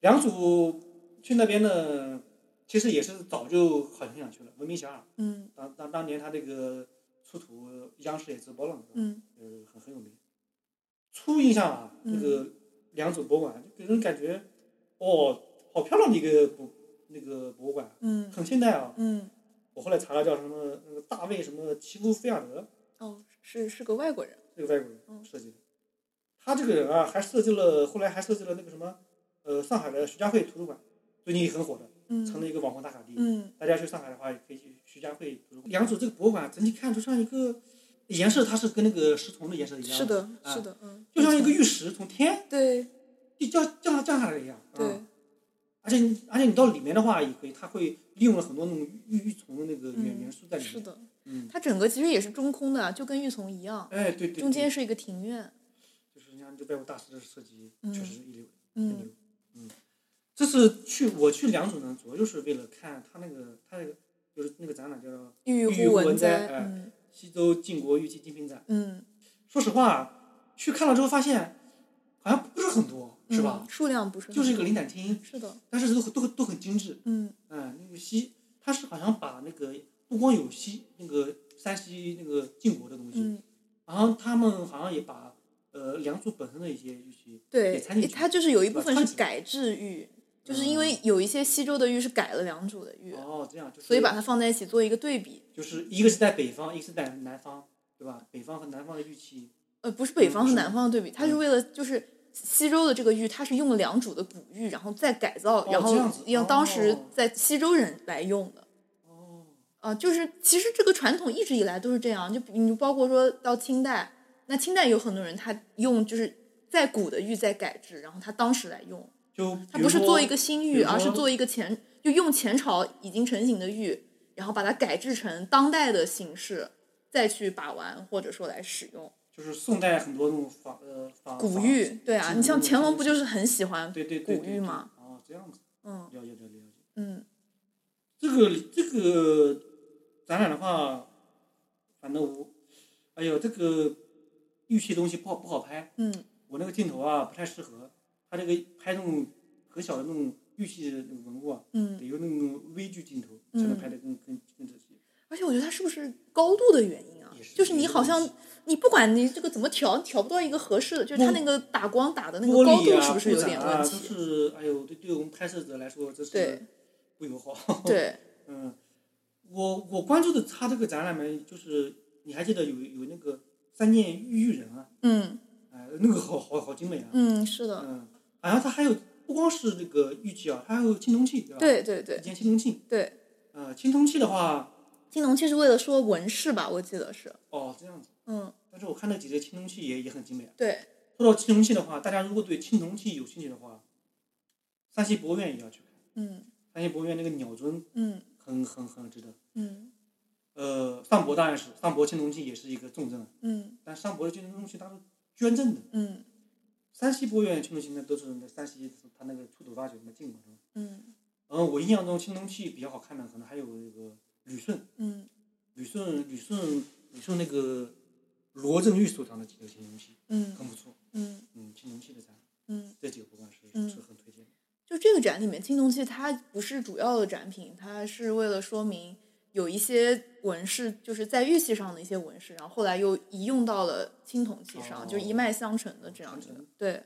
B: 良渚去那边呢，其实也是早就很想去了，闻名遐迩。
C: 嗯
B: 当当当年他这个出土，央视也直播了嘛，
C: 嗯
B: 呃，很很有名。初印象啊，那
C: 嗯
B: 个良渚博物馆就给人感觉，哦，好漂亮的一个博那个博物馆，
C: 嗯
B: 很现代啊。
C: 嗯，
B: 我后来查了叫什么那个大卫什么齐夫菲亚德，
C: 哦，是是个外国人，
B: 这个外国人
C: 嗯
B: 设计的。他这个人啊，还设计了后来还设计了那个什么，呃，上海的徐家汇图书馆，最近很火的，成
C: 嗯
B: 了一个网红打卡地。
C: 嗯
B: 大家去上海的话，也可以去徐家汇图书馆。良渚这个博物馆整体看就像一个颜色，它是跟那个石头的颜色一样，
C: 是的，
B: 啊
C: 是，的，嗯，
B: 就像一个玉石从天
C: 对
B: 就降降下降下来一样。啊
C: 对，
B: 而且你而且你到里面的话，也可以，它会利用了很多那种玉玉从的那个元元素在里
C: 是
B: 面。
C: 的，
B: 嗯，
C: 它整个其实也是中空的，啊就跟玉琮一样，
B: 哎，对对，
C: 中间
B: 对
C: 是一个庭院，
B: 就是像这外国大师的设计，
C: 嗯
B: 确实是一流。
C: 嗯
B: 嗯，这次去我去良渚呢，主要就是为了看他那个他那个就是那个展览叫《
C: 郁
B: 郁
C: 乎
B: 乎文
C: 文
B: 哉
C: 哉，
B: 哎
C: 嗯
B: 西周晋国玉器精品展》。
C: 嗯，
B: 说实话，去看了之后发现好像不是很多，是吧
C: 嗯？数量不是很
B: 就是一
C: 多
B: 个临展厅，
C: 是的，
B: 但是都都都很精致。
C: 嗯
B: 嗯，那个西，它是好像把那个不光有西那个山西那个晋国的东西，
C: 嗯，
B: 然后他们好像也把呃良渚本身的一些玉器也
C: 对
B: 掺进，去
C: 它就是有一部
B: 把
C: 分
B: 它
C: 是
B: 穿起
C: 改制玉，就是因为有一些西周的玉是改了良渚的玉，
B: 哦，这样就是
C: 所以把它放在一起做一个对比。
B: 就是一个是在北方，一个是在南方，对吧？北方和南方的玉器，
C: 呃，不是北
B: 嗯
C: 方和南方的对比，它是为了就是西周的这个玉，它是用了良渚的古玉，然后再改造，然
B: 哦这样
C: 后
B: 子
C: 让当时
B: 哦
C: 在西周人来用的。
B: 哦，
C: 啊，就是其实这个传统一直以来都是这样，就比你包括说到清代，那清代有很多人他用就是再古的玉再改制，然后他当时来用，
B: 就
C: 他不是做一个新
B: 比
C: 玉，
B: 如说
C: 而是做一个前就用前朝已经成型的玉，然后把它改制成当代的形式，再去把玩或者说来使用。
B: 就是宋代很多那种仿呃仿
C: 古，玉，对啊，
B: 仿
C: 你像乾隆不就是
B: 仿
C: 很喜欢？
B: 对对对，
C: 古
B: 对
C: 玉
B: 对
C: 嘛
B: 哦，这样子，
C: 嗯
B: 了解了解了解。
C: 嗯
B: 这个这个展览的话，反正我，哎呦，这个玉器东西不好不好拍，
C: 嗯
B: 我那个镜头啊不太适合，它这个拍那种很小的那种玉器的那个文物啊，
C: 嗯，
B: 得用那种微距镜头才能拍得更更更仔细。
C: 而且我觉得它是不是高度的原因啊
B: 也？是
C: 就是
B: 一
C: 你
B: 个
C: 好
B: 问
C: 像
B: 题
C: 你不管你这个怎么调，你调不到一个合适的，就是它
B: 不
C: 那个打光打的那
B: 嗯玻
C: 个高
B: 璃
C: 度
B: 啊、
C: 是不是
B: 布
C: 有
B: 展
C: 点
B: 啊，
C: 问
B: 都
C: 题？
B: 是哎呦，对对我们拍摄者来说，这
C: 对
B: 是不友好。
C: 对，
B: 嗯，我我关注的他这个展览嘛，就是你还记得有有那个三件玉玉人啊，
C: 嗯
B: 哎，那个好好好精美啊。
C: 嗯，是的，
B: 嗯，好像它还有不光是那个玉器啊，它还有青铜器，对吧？，
C: 对对
B: 一
C: 对
B: 件青铜器。
C: 对。
B: 呃，青铜器的话，
C: 青铜器是为了说纹饰吧，我记得是，
B: 哦，这样子。
C: 嗯，
B: 但是我看那几件青铜器也也很精美啊。
C: 对，
B: 说到青铜器的话，大家如果对青铜器有兴趣的话，山西博物院也要去看。
C: 嗯
B: 山西博物院那个鸟尊
C: 嗯
B: 很很很值得。
C: 嗯
B: 呃，上博当然是上博青铜器也是一个重镇，
C: 嗯
B: 但上博的青铜器它是捐赠的。
C: 嗯
B: 山西博物院青铜器那都是那山西它那个出土发掘那进口的。
C: 嗯
B: 嗯，我印象中青铜器比较好看的可能还有那个旅顺，
C: 嗯
B: 旅顺旅顺旅顺那个罗振玉收藏的几个青铜器
C: 嗯
B: 很不错。
C: 嗯
B: 嗯，青铜器的展览
C: 嗯。
B: 这几个博物馆是
C: 嗯
B: 是很推荐的。
C: 就这个展里面，青铜器它不是主要的展品，它是为了说明有一些纹饰，就是在玉器上的一些纹饰，然后后来又移用到了青铜器上，
B: 哦
C: 就是一脉相承的这样子
B: 传
C: 的
B: 承。
C: 对，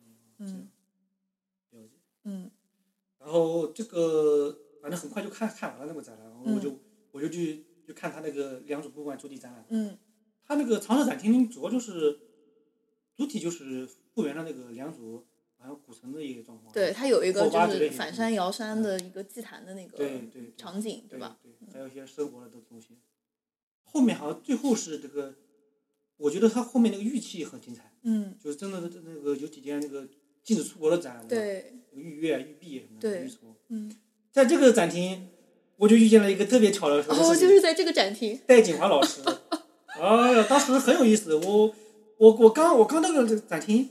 B: 嗯
C: 嗯
B: 了解。
C: 嗯
B: 然后这个反正很快就看看完了那个展览，然后我就、我就去就看他那个良渚博物馆主体展览，
C: 嗯
B: 他那个常设展厅主要就是主体就是复原了那个良渚好像古城的一个状况，
C: 对，它有一个
B: 后八
C: 就
B: 之
C: 是
B: 类的嗯
C: 反山摇山的一个祭坛的那
B: 对
C: 个
B: 对
C: 场景，对
B: 对
C: 吧？？嗯
B: 对，还有一些生活的的东西。后面好像最后是这个，我觉得他后面那个玉器很精彩，
C: 嗯，
B: 就是真的那个有几件那个禁止出国的展览，吧，
C: 对，
B: 玉钺、玉璧什么的，
C: 对
B: 玉镯。
C: 嗯，
B: 在这个展厅，我就遇见了一个特别巧的事
C: 然
B: 情，
C: 后哦就是在这个展厅，
B: 戴锦华老师。哎呀，当时很有意思，我我我刚我刚到那个展厅，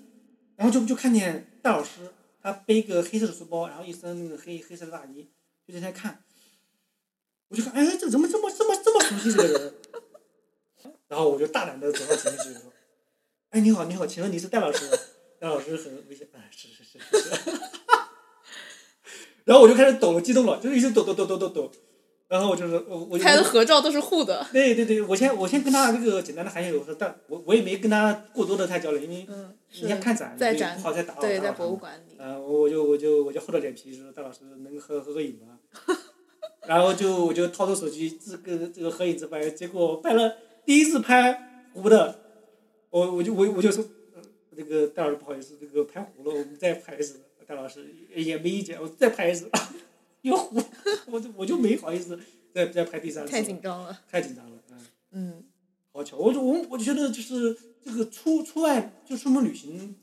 B: 然后就就看见戴老师，他背个黑色的书包，然后一身那个黑黑色的大衣，就在那看，我就看，哎，这怎么这么这么这么熟悉这个人？ 然后我就大胆的走到前面去说：“哎，你好，你好，请问你是戴老师吗？”戴老师很微笑，哎，是是是是是。 然后我就开始抖了，激动了，就是一直抖抖抖抖抖抖。然后我 就是我我
C: 拍
B: 我
C: 的合照都是互的。
B: 对对对，我先我先跟他这个简单的寒暄，我说，但我我也没跟他过多的太交流，因为
C: 嗯，
B: 你
C: 是
B: 先看展，
C: 在
B: 对
C: 展
B: 好再打扰
C: 对，
B: 打
C: 在
B: 扰他
C: 博物
B: 们
C: 馆里。
B: 呃，我我就我就我就厚着脸皮说，戴老师能合合个影吗？然后就我就掏出手机呃这个这个合影自拍，结果我拍了第一次拍糊的，我我就我我就说，呃那、个戴老师不好意思，这个拍糊了，我们再拍一次。戴老师也也没意见，我再拍一次， 又糊，我就我就没好意思再再拍第三次了，
C: 太紧张了，
B: 太紧张了，嗯。
C: 嗯，
B: 好巧，我就我我觉得就是这个出出外就出门旅行，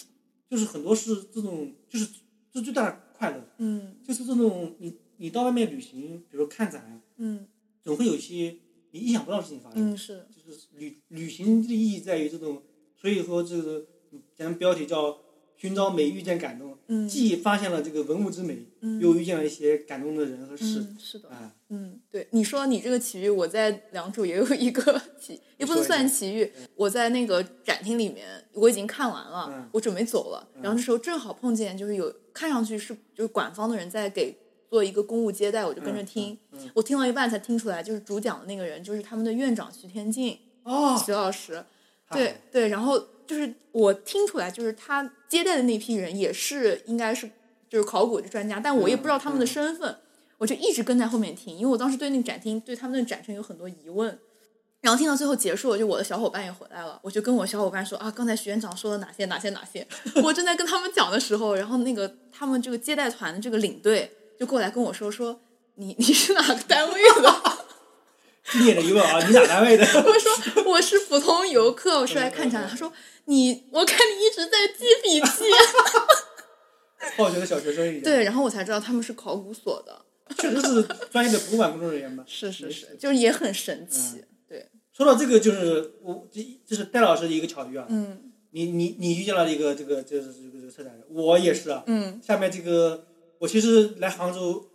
B: 就是很多是这种就是这最大的快乐，
C: 嗯
B: 就是这种你你到外面旅行，比如看展，
C: 嗯
B: 总会有一些你意想不到的事情发生。
C: 嗯，是，
B: 就是旅旅行的意义在于这种，所以说这个咱们标题叫“寻找美，遇见感动”，
C: 嗯
B: 既发现了这个文物之美，
C: 嗯
B: 又遇见了一些感动的人和事。
C: 嗯是的，
B: 啊，
C: 嗯，对，你说你这个奇遇，我在良渚也有一个 奇，也不能算奇遇
B: 嗯。
C: 我在那个展厅里面，我已经看完了，
B: 嗯
C: 我准备走了，然后这时候正好碰见，就是有看上去是就是馆方的人在给做一个公务接待，我就跟着听。
B: 嗯嗯嗯
C: 我听到一半才听出来，就是主讲的那个人就是他们的院长徐天进
B: 哦，
C: 徐老师。
B: 太好
C: 对
B: 了
C: 对，然后就是我听出来，就是他接待的那批人也是应该是就是考古的专家，但我也不知道他们的身份，我就一直跟在后面听，因为我当时对那个展厅对他们的展陈有很多疑问。然后听到最后结束了，就我的小伙伴也回来了，我就跟我小伙伴说啊，刚才徐院长说了哪些哪些哪些。 我正在跟他们讲的时候，然后那个他们这个接待团的这个领队就过来跟我说说你你是哪个单位的？
B: 经典的疑问啊，你哪 单位的？
C: 我说我是普通游客，我是来看展览。他说你，我看你一直在记 笔记。
B: 暴雪的小学生一样。
C: 对，然后我才知道他们是考古所的。
B: 确实是专业的博物馆工作人员吧。
C: 是是
B: 没
C: 是，嗯
B: 事
C: 就是也很神奇。对，
B: 说到这个，就是我这这是戴老师的一个巧遇啊。
C: 嗯
B: 你你你遇见了一个这个这个这个这个策展人，我也是啊。
C: 嗯
B: 下面这个我其实来杭州，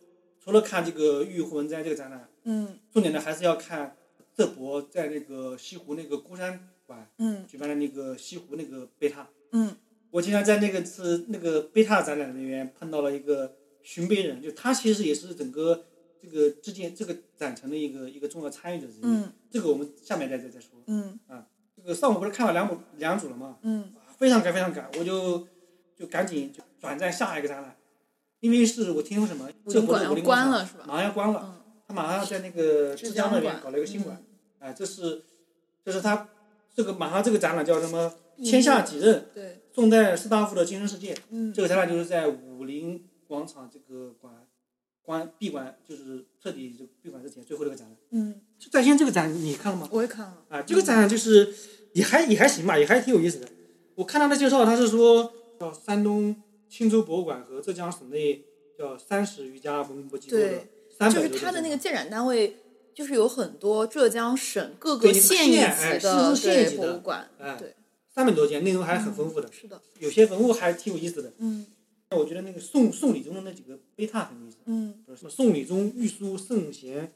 B: 除了看这个玉壶文摘这个展览，
C: 嗯
B: 重点呢还是要看浙博在那个西湖那个孤山馆
C: 嗯
B: 举办的那个西湖那个贝塔。
C: 嗯
B: 我竟然在那个是那个贝塔展览里面碰到了一个寻贝人，就他其实也是整个这个之间这个展陈的一个一个重要参与者之一。
C: 嗯
B: 这个我们下面再再再说。
C: 嗯
B: 这个上午不是看完两组两组了吗？
C: 嗯
B: 啊非常赶非常赶，我就就赶紧就转战下一个展览，因为是我听说什么，
C: 武
B: 这
C: 林
B: 活
C: 馆
B: 动
C: 要
B: 武林
C: 关
B: 广
C: 了
B: 场
C: 是吧
B: 马上要关了，
C: 嗯，
B: 他马上要在那个
C: 浙
B: 浙江那
C: 馆
B: 边搞了一个新馆，啊、
C: 嗯
B: 这是这是他这个马上这个展览叫什么？天下几任
C: 对，
B: 宋代士大夫的精神世界，
C: 嗯
B: 这个展览就是在武林广场这个馆关闭馆，就是彻底就闭馆之前最后这个展览。
C: 嗯，
B: 就在线这个展你看了吗？
C: 我也看了。
B: 啊，这个展览就是也还也还行吧，也还挺有意思的。我看他的介绍，他是说叫山东青州博物馆和浙江省内叫三十余家文物机构的
C: 对
B: 三
C: 就
B: 百
C: 是
B: 多
C: 他的那个
B: 展
C: 建展单位，就是有很多浙江省各个
B: 对你
C: 县一
B: 县哎
C: 级
B: 是不
C: 的
B: 是县一
C: 对
B: 级
C: 博
B: 的
C: 物馆。
B: 哎
C: 对，
B: 三百多件，内容还很丰富的，
C: 是的，
B: 有些文物还挺有意思的。
C: 嗯
B: 我觉得那个宋宋理宗的那几个碑拓很有意思，
C: 嗯
B: 比如什么宋理宗御书圣贤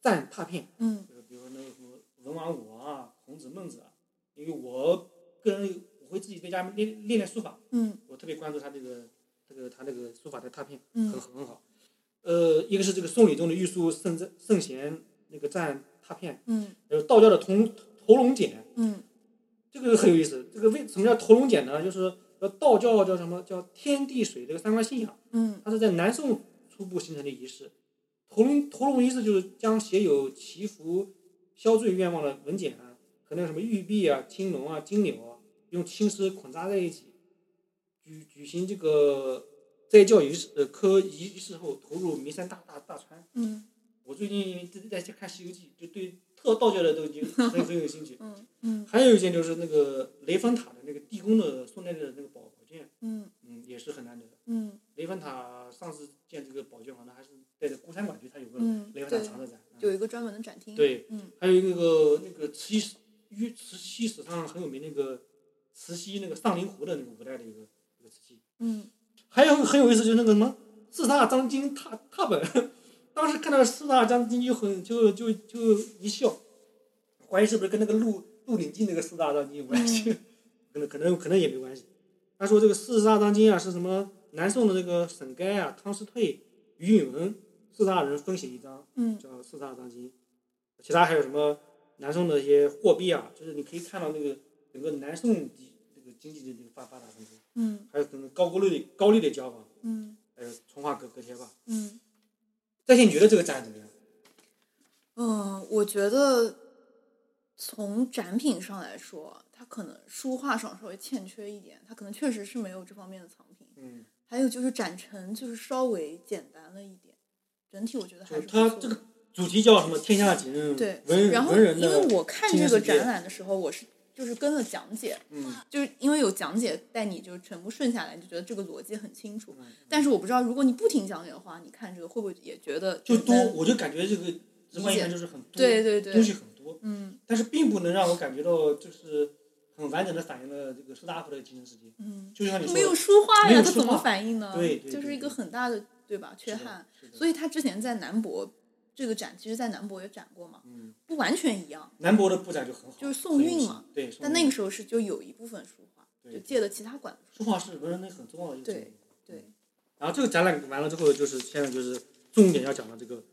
B: 赞拓片，
C: 嗯
B: 就是比如那个什么文王武王啊、孔子孟子啊，因为我个人我会自己在家里练练练书法，
C: 嗯
B: 我特别关注他这个这个他这个书法的拓片。很
C: 嗯
B: 很好。呃，一个是这个宋理宗的御书圣圣贤那个蘸踏片，
C: 嗯
B: 还有道教的头头龙剪，
C: 嗯
B: 这个很有意思。这个为什么叫头龙剪呢？就是呃道教叫什么叫天地水这个三观信仰，
C: 嗯
B: 它是在南宋初步形成的仪式。头龙头龙仪式就是将写有祈福消罪愿望的文简啊和那个什么玉璧啊、青龙啊、金柳啊，用青丝捆扎在一起，举举行这个斋教仪式呃科仪式后，投入弥山大大大川。
C: 嗯
B: 我最近因为在在看《西游记》，就对特道教的都已经很很有兴趣。
C: 嗯
B: 还有一件就是那个雷峰塔的那个地宫的宋代的那个宝宝剑，
C: 嗯
B: 嗯，也是很难得的。
C: 嗯
B: 雷峰塔上次建这个宝剑，好像还是带着孤山馆去，它有个
C: 嗯，
B: 雷峰塔
C: 对，
B: 常设展。嗯
C: 有一个专门的展厅。，
B: 对，
C: 嗯
B: 还有那个那个慈禧于慈禧史上很有名那个慈禧那个上林湖的那个古代的一个一个瓷器，
C: 嗯
B: 还有很有意思，就是那个什么四大章经踏踏本， 当时看到四大章经就很就就就一笑，怀疑是不是跟那个《鹿鹿鼎记》那个四大章经有关系， 可能可能可能也没关系。他说这个四大章经啊是什么？南宋的那个沈该啊、汤师退、于允文四大人分写一章，
C: 嗯
B: 叫四大章经。其他还有什么南宋的一些货币啊，就是你可以看到那个整个南宋这个经济的这个发发达程度，
C: 嗯
B: 还有可能高利率高利的交往。
C: 嗯
B: 还有呃从化隔隔贴吧。
C: 嗯
B: 在线你觉得这个展怎么样？
C: 嗯，我觉得从展品上来说，它可能书画上稍微欠缺一点，它可能确实是没有这方面的藏品。
B: 嗯，
C: 还有就是展陈就是稍微简单了一点，整体我觉得还
B: 就是是
C: 不
B: 它
C: 错
B: 这个主题叫什么？天下景人
C: 对
B: 文
C: 然后
B: 文人
C: 因
B: 的
C: 为我看
B: 精
C: 这
B: 神
C: 个
B: 世界
C: 展览的时候，我是就是跟了讲解，
B: 嗯
C: 就是因为有讲解带你就全部顺下来，你就觉得这个逻辑很清楚。
B: 嗯
C: 但是我不知道，如果你不听讲解的话，你看这个会不会也觉得
B: 就
C: 简
B: 多
C: 单，
B: 我就感觉这个直观一看就是很多，
C: 对对对
B: 东西很多，
C: 嗯
B: 但是并不能让我感觉到就是很完整的反映了这个士大夫的精神世界。
C: 嗯，
B: 就像你说的，
C: 没有书画
B: 没
C: 呀，
B: 有
C: 它
B: 书
C: 怎么
B: 画
C: 反应呢？
B: 对对
C: 就
B: 对
C: 是一
B: 对
C: 个很大的对吧缺
B: 是的
C: 憾。
B: 是的
C: 所以他之前在南博这个展，其实在南博也展过嘛，
B: 嗯，
C: 不完全一样，
B: 南博的布展就很好，
C: 就是宋韵嘛
B: 很有意思，对，宋韵
C: 但那个时候是就有一部分书画，
B: 对嗯
C: 就借了其他馆的书。
B: 书画是文人的很重要的一个
C: 对
B: 成分
C: 对，
B: 然后这个展览完了之后，就是现在就是重点要讲到这个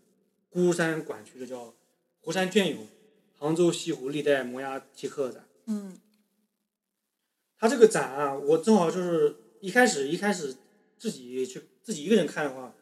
B: 孤山管区的叫湖山隽永，杭州西湖历代摩崖题刻展。
C: 嗯
B: 它这个展啊，我正好就是一开始一开始自己去自己一个人看的话，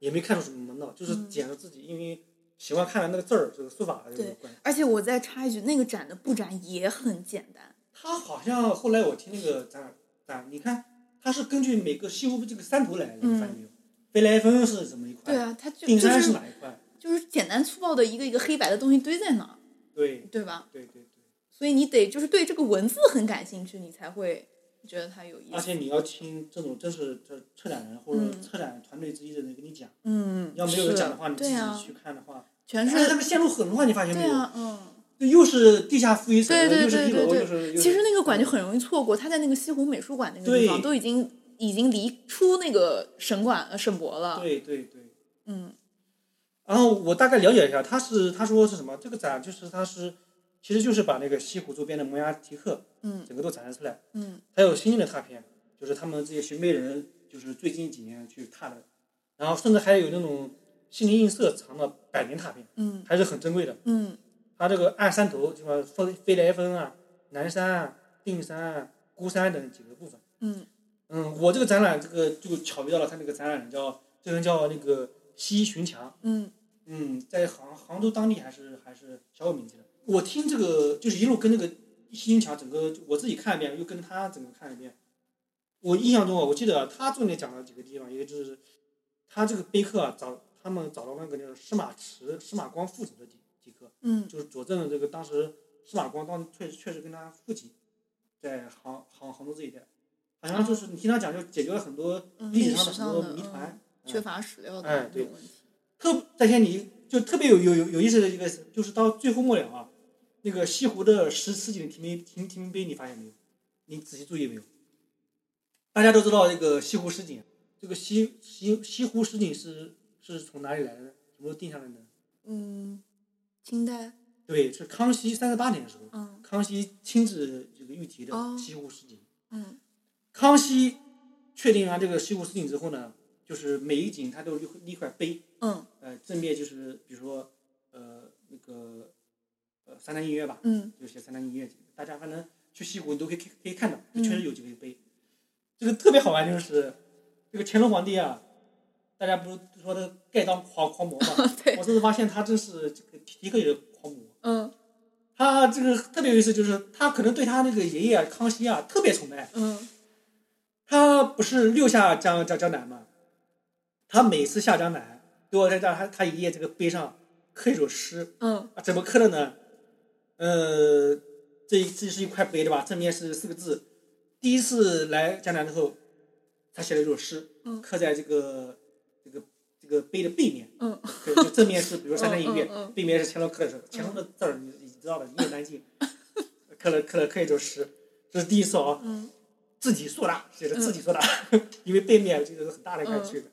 B: 也没看出什么门道，就是
C: 嗯
B: 捡了自己，因为喜欢看那个字儿，这个书法这个
C: 对
B: 关系。
C: 而且我再插一句，那个展的布展也很简单。
B: 它好像后来我听那个展展，你看它是根据每个西湖这个山头来的，你发现没有？飞来峰是怎么一块？
C: 嗯对，啊，它就
B: 定
C: 就
B: 哎山是
C: 是
B: 哪一块？
C: 就是简单粗暴的一个一个黑白的东西堆在那儿，
B: 对
C: 对吧？
B: 对对对，
C: 所以你得就是对这个文字很感兴趣，你才会觉得它有意
B: 而
C: 思。
B: 且你要听这种真是这策展人或者
C: 嗯
B: 策展团队之一的人给你讲，
C: 嗯，
B: 要没有人
C: 是
B: 讲的话，你自
C: 对啊
B: 己，去看的话，
C: 全
B: 但
C: 是
B: 是他们线路很乱，你发现没
C: 对
B: 有？
C: 啊，嗯。
B: 这又是地下负一层，
C: 对对
B: 又是一楼，
C: 对对
B: 又是又是嗯
C: 其实那个馆就很容易错过，他在那个西湖美术馆那个地
B: 对
C: 方都已经已经离出那个省馆呃省博了。
B: 对对对。
C: 嗯
B: 然后我大概了解一下，他是他说是什么？这个展就是他是，其实就是把那个西湖周边的摩崖题刻，
C: 嗯
B: 整个都展示出来，
C: 嗯
B: 还有新兴的拓片，就是他们这些寻梅人，就是最近几年去拓的，然后甚至还有那种心灵映射藏的百年拓片，
C: 嗯
B: 还是很珍贵的。
C: 嗯
B: 它这个按山头，什么飞飞来峰啊、南山啊、定山啊、孤山等几个部分。
C: 嗯
B: 嗯，我这个展览这个就巧遇到了他那个展览人叫这个人叫那个西巡强，
C: 嗯
B: 嗯，在杭杭州当地还是还是小有名气的。我听这个就是一路跟那个西巡强整个我自己看一遍，又跟他整个看一遍。我印象中啊，我记得啊他重点讲了几个地方，一个就是他这个碑刻啊，找他们找到那个就是司马池、司马光父子的几几刻，
C: 嗯
B: 就是佐证了这个当时司马光当确实确实跟他父亲在杭杭杭州这一带，好像就是你听他讲就解决了很多
C: 嗯，
B: 历史
C: 历
B: 上
C: 史
B: 的
C: 上
B: 很多
C: 的
B: 谜
C: 嗯
B: 团，
C: 缺乏史料的
B: 哎
C: 那
B: 对
C: 种问题。
B: 特在线你就特别有有有有意思的一个是，就是到最后末了啊，那个西湖的十十几的提名提提名碑，你发现没有？你仔细注意没有？大家都知道这个西湖十景，这个西西西湖十景是是从哪里来的？什么时候定下来的？
C: 嗯，清代，
B: 对，是康熙三十八年的时候，
C: 嗯
B: 康熙亲自这个御题的
C: 哦
B: 西湖十景。
C: 嗯
B: 康熙确定完这个西湖十景之后呢，就是每一景它都有一块一块碑，
C: 嗯
B: 呃，正面就是比如说呃那个呃三潭印月吧，
C: 嗯，，
B: 有些三潭印月，大家反正去西湖你都可以可以看到，就确实有几个碑。这个特别好玩就是，这个乾隆皇帝啊，大家不是说他盖章狂狂魔嘛
C: 对
B: 我甚至发现他这是这个的确也是狂魔。
C: 嗯
B: 他这个特别有意思，就是他可能对他那个爷爷啊康熙啊特别崇拜。
C: 嗯
B: 他不是六下江江江南嘛，他每次下江南都要在他他他爷爷这个碑上刻一首诗，
C: 嗯
B: 啊，怎么刻的呢？呃，这这是一块碑对吧？正面是四个字。第一次来江南之后，他写了一首诗，
C: 嗯
B: 刻在这个这个这个碑的背面。
C: 嗯
B: 对，就正面是比如三山一月
C: 嗯嗯嗯，嗯
B: 背面是乾隆刻的字，乾隆的字儿你你知道的，一言难尽。刻了刻了刻一首诗，这是第一次啊，
C: 嗯
B: 自己硕大，写着
C: 嗯
B: 自己硕大， 因为背面这个是很大的一块区别。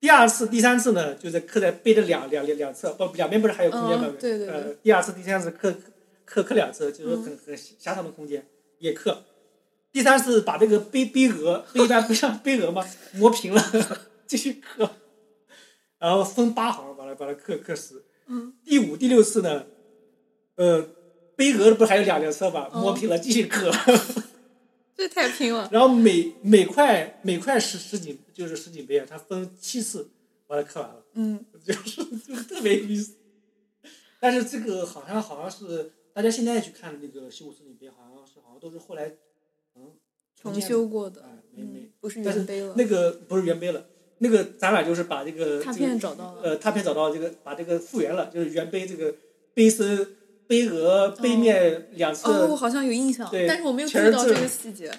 B: 第二次、第三次呢，就是刻在背的两两两两侧，不两边不是还有空间吗？
C: 嗯对对对
B: 呃，第二次、第三次刻刻刻两侧，就是很很狭长的空间也刻。第三次把这个碑碑额碑一般不像碑额嘛， 磨平了，继续刻，然后分八行把它把它刻刻实。
C: 嗯。
B: 第五、第六次呢，呃，碑额不是还有两两侧嘛，
C: 哦
B: 磨平了继续刻。
C: 这太拼了，
B: 然后每每块每块十十几就是十几杯啊，它分七次把它刻完了，
C: 嗯
B: 就是就是特别有意思。但是这个好像好像是大家现在去看那个西湖十景碑，好像是好像都是后来嗯重
C: 重
B: 建的
C: 修过的，
B: 哎没没
C: 嗯，不是
B: 但是
C: 原碑了，
B: 那个不是原碑了，那个咱俩就是把这个
C: 拓
B: 这个
C: 片找到了，
B: 呃拓片找到这个把这个复原了，就是原碑这个碑身、碑额、碑面两
C: 哦，
B: 侧
C: 我好像有印象，
B: 呃对
C: 但是我没有注
B: 全
C: 意
B: 是
C: 到
B: 字
C: 这
B: 儿
C: 个细节，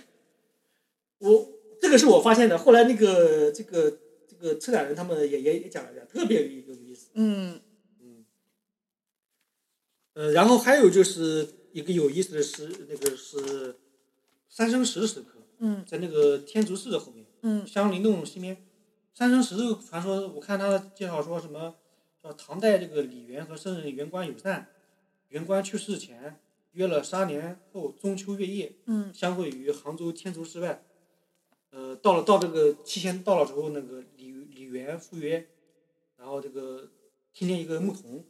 B: 我这个是我发现的。后来那个这个这个策展人他们也也也讲了讲，特别有有意思。
C: 嗯
B: 嗯，呃，然后还有就是一个有意思的是，那个是三生石石刻，
C: 嗯
B: 在那个天竺寺的后面，
C: 嗯
B: 香林洞西面。三生石这个传说，我看他的介绍说什么，说唐代这个李元和圣人元官友善，元官去世前约了杀年后中秋月夜，
C: 嗯
B: 相会于杭州天竺寺外。呃，到了到这个期限到了之后，那个李李元赴约，然后这个听见一个牧童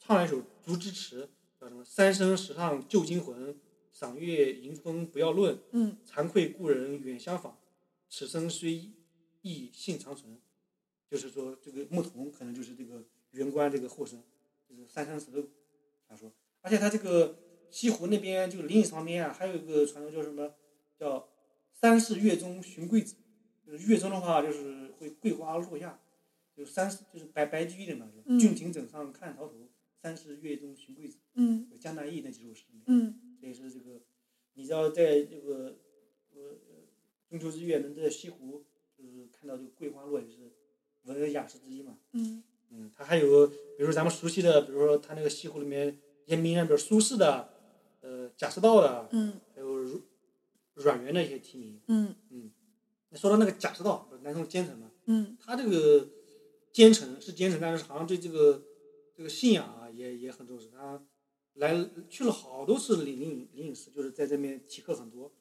B: 唱了一首《竹枝词》，叫什么“三生石上旧金魂，赏月迎风不要论，
C: 嗯，
B: 惭愧故人远相访，此生虽异性长存。”就是说，这个牧童可能就是这个元官这个后生，就是三生石的传说。而且他这个西湖那边就灵隐旁边啊，还有一个传说叫什么，叫三世月中寻桂子，就是月中的话就是会桂花落下，就是三世就是白白居易的嘛，就
C: 嗯
B: 郡亭枕上看潮头，三世月中寻桂子，
C: 嗯
B: 有江南忆那几首诗里面，
C: 嗯
B: 所以是这个，你知道在这个呃中秋之月能在西湖就是看到这个桂花落，也是文人雅士之一嘛。
C: 嗯
B: 嗯，它还有比如咱们熟悉的，比如说它那个西湖里面沿明那边苏轼的，呃贾似道的，
C: 嗯
B: 还有阮阮元的一些题名。
C: 嗯
B: 那说到那个贾似道，南宋奸臣嘛，
C: 嗯
B: 他这个奸臣是奸臣，但是好像对这个这个信仰啊也也很重视。他来去了好多次灵灵隐灵隐寺，就是在这边题客很多，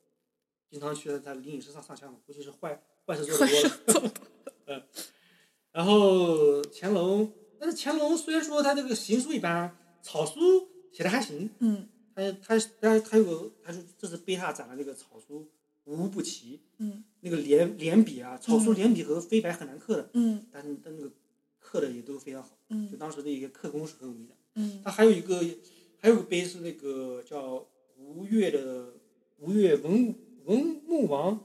B: 经常去他灵隐寺上上香嘛，估计是坏坏事做得多了。嗯，然后乾隆，但是乾隆虽然说他这个行书一般，草书写的还行，
C: 嗯
B: 他他他他有个，他说这次贝塔展的这个草书无不齐，
C: 嗯
B: 那个连连笔啊，草书连笔和飞白很难刻的。
C: 嗯
B: 但是但那个刻的也都非常好，就
C: 嗯
B: 当时的一个刻工是很有名的。
C: 嗯
B: 它还有一个还有个碑是那个叫吴越的吴越文文穆王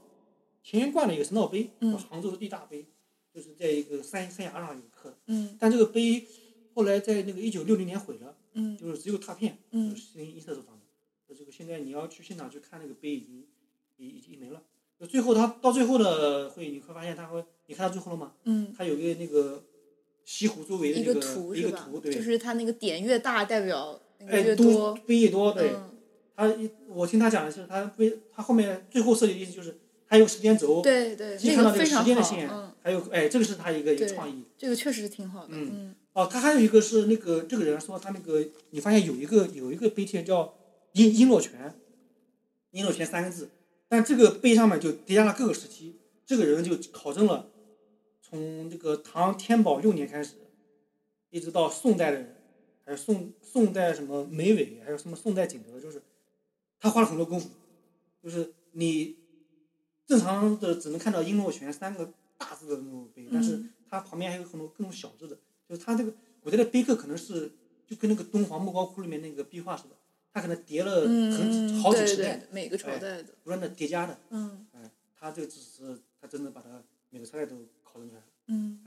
B: 乾元观的一个神道碑，
C: 嗯
B: 杭州的第一大碑，就是在一个山山崖上一个刻的。
C: 嗯
B: 但这个碑后来在那个一九六零年毁了，
C: 嗯
B: 就是只有拓片，
C: 嗯
B: 就是新一色收藏的。就这个现在你要去现场去看那个碑已经已已经没了。就最后它到最后的会，你会发现它会，你看到最后了吗？
C: 嗯，
B: 它有个那个西湖周围的
C: 一
B: 那个
C: 图
B: 一
C: 是
B: 个
C: 吧
B: 图，？对，
C: 就是它那个点越大，代表那个
B: 哎，
C: 越
B: 多
C: 多，
B: 碑越多，对。
C: 嗯
B: 他一我听他讲的是，他为他后面最后设计的意思就是，还有时间轴，
C: 对对，
B: 既
C: 那
B: 看到
C: 个
B: 这
C: 非
B: 个时
C: 常
B: 间的
C: 好，
B: 线，
C: 嗯，
B: 还有哎，这个是他一个一个
C: 对
B: 创意。
C: 这个确实挺好的，嗯
B: 嗯哦，他还有一个是那个这个人说他那个，你发现有一个有一个碑贴叫“璎璎珞泉”，璎珞泉三个字，但这个碑上面就叠加了各个时期。这个人就考证了，从这个唐天宝六年开始，一直到宋代的人，还是宋宋代什么梅伟，还有什么宋代景德，就是他花了很多功夫，就是你正常的只能看到璎珞泉三个大字的那种碑，但是
C: 嗯
B: 它旁边还有很多各种小字的，就是它这个古代的碑刻可能是就跟那个敦煌莫高窟里面那个壁画似的，它可能叠了很
C: 嗯，
B: 好几
C: 对
B: 十
C: 对
B: 代，
C: 对，每个朝
B: 哎
C: 代的，
B: 不断的叠加的，
C: 嗯
B: 哎，他这个只是他真的把它每个朝代都考证出来了。
C: 嗯。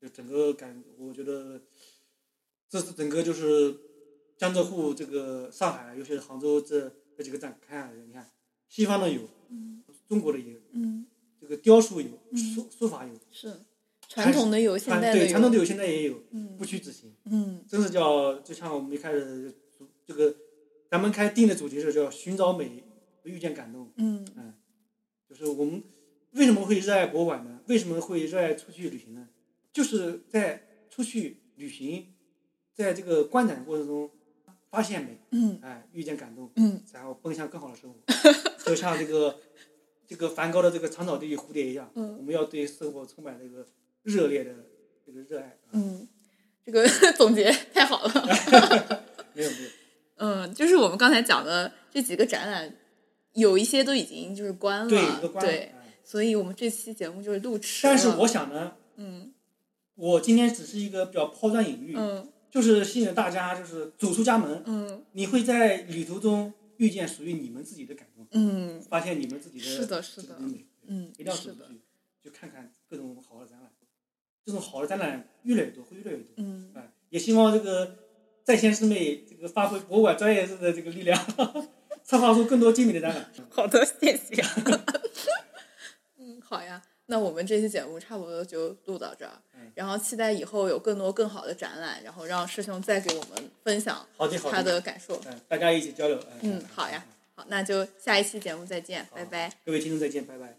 B: 就整个感，我觉得这是整个就是江浙沪这个上海，尤其是杭州这这几个展看，你看西方的有，中国的也有，
C: 嗯，
B: 这个雕塑有，书书法有，
C: 是传统的有，嗯现
B: 传
C: 代的
B: 对
C: 有，
B: 传统的有，现在也有，
C: 嗯
B: 不屈只行，
C: 嗯
B: 真是叫就像我们一开始主这个咱们开定的主题是叫寻找美，遇见感动，
C: 嗯
B: 就是我们为什么会热爱博物馆呢？为什么会热爱出去旅行呢？就是在出去旅行，在这个观展过程中发现美，
C: 嗯
B: 哎，遇见感动，
C: 嗯，
B: 然后奔向更好的生活。就像这个这个梵高的这个长草地与蝴蝶一样，
C: 嗯
B: 我们要对生活充满这个热烈的这个热爱。啊
C: 嗯，这个 总结太好了。
B: 没有没有，
C: 嗯，就是我们刚才讲的这几个展览，有一些都已经就是关了，
B: 对一个观。
C: 嗯啊对
B: 哎
C: 所以我们这期节目就是录迟了。
B: 但是我想呢，
C: 嗯
B: 我今天只是一个比较抛砖引玉，
C: 嗯
B: 就是吸引大家就是走出家门，
C: 嗯
B: 你会在旅途中遇见属于你们自己的感动，
C: 嗯
B: 发现你们自己的
C: 是的是的
B: 自己美，
C: 嗯
B: 一定，要走
C: 是
B: 出
C: 的，
B: 去，去看看各种好的展览。这种好的展览越来越多，会越来越多。
C: 嗯，
B: 哎，也希望这个在线师妹这个发挥博物馆专业式的这个力量， 策划出更多精美的展览。
C: 好的，谢谢。 嗯，好呀，那我们这期节目差不多就录到这儿
B: 嗯，
C: 然后期待以后有更多更好的展览，然后让师兄再给我们分享
B: 好的好
C: 他的感受。
B: 哎，大家一起交流。哎
C: 嗯，好呀，，好，那就下一期节目再见，
B: 好
C: 拜拜。，
B: 各位听众再见，拜拜。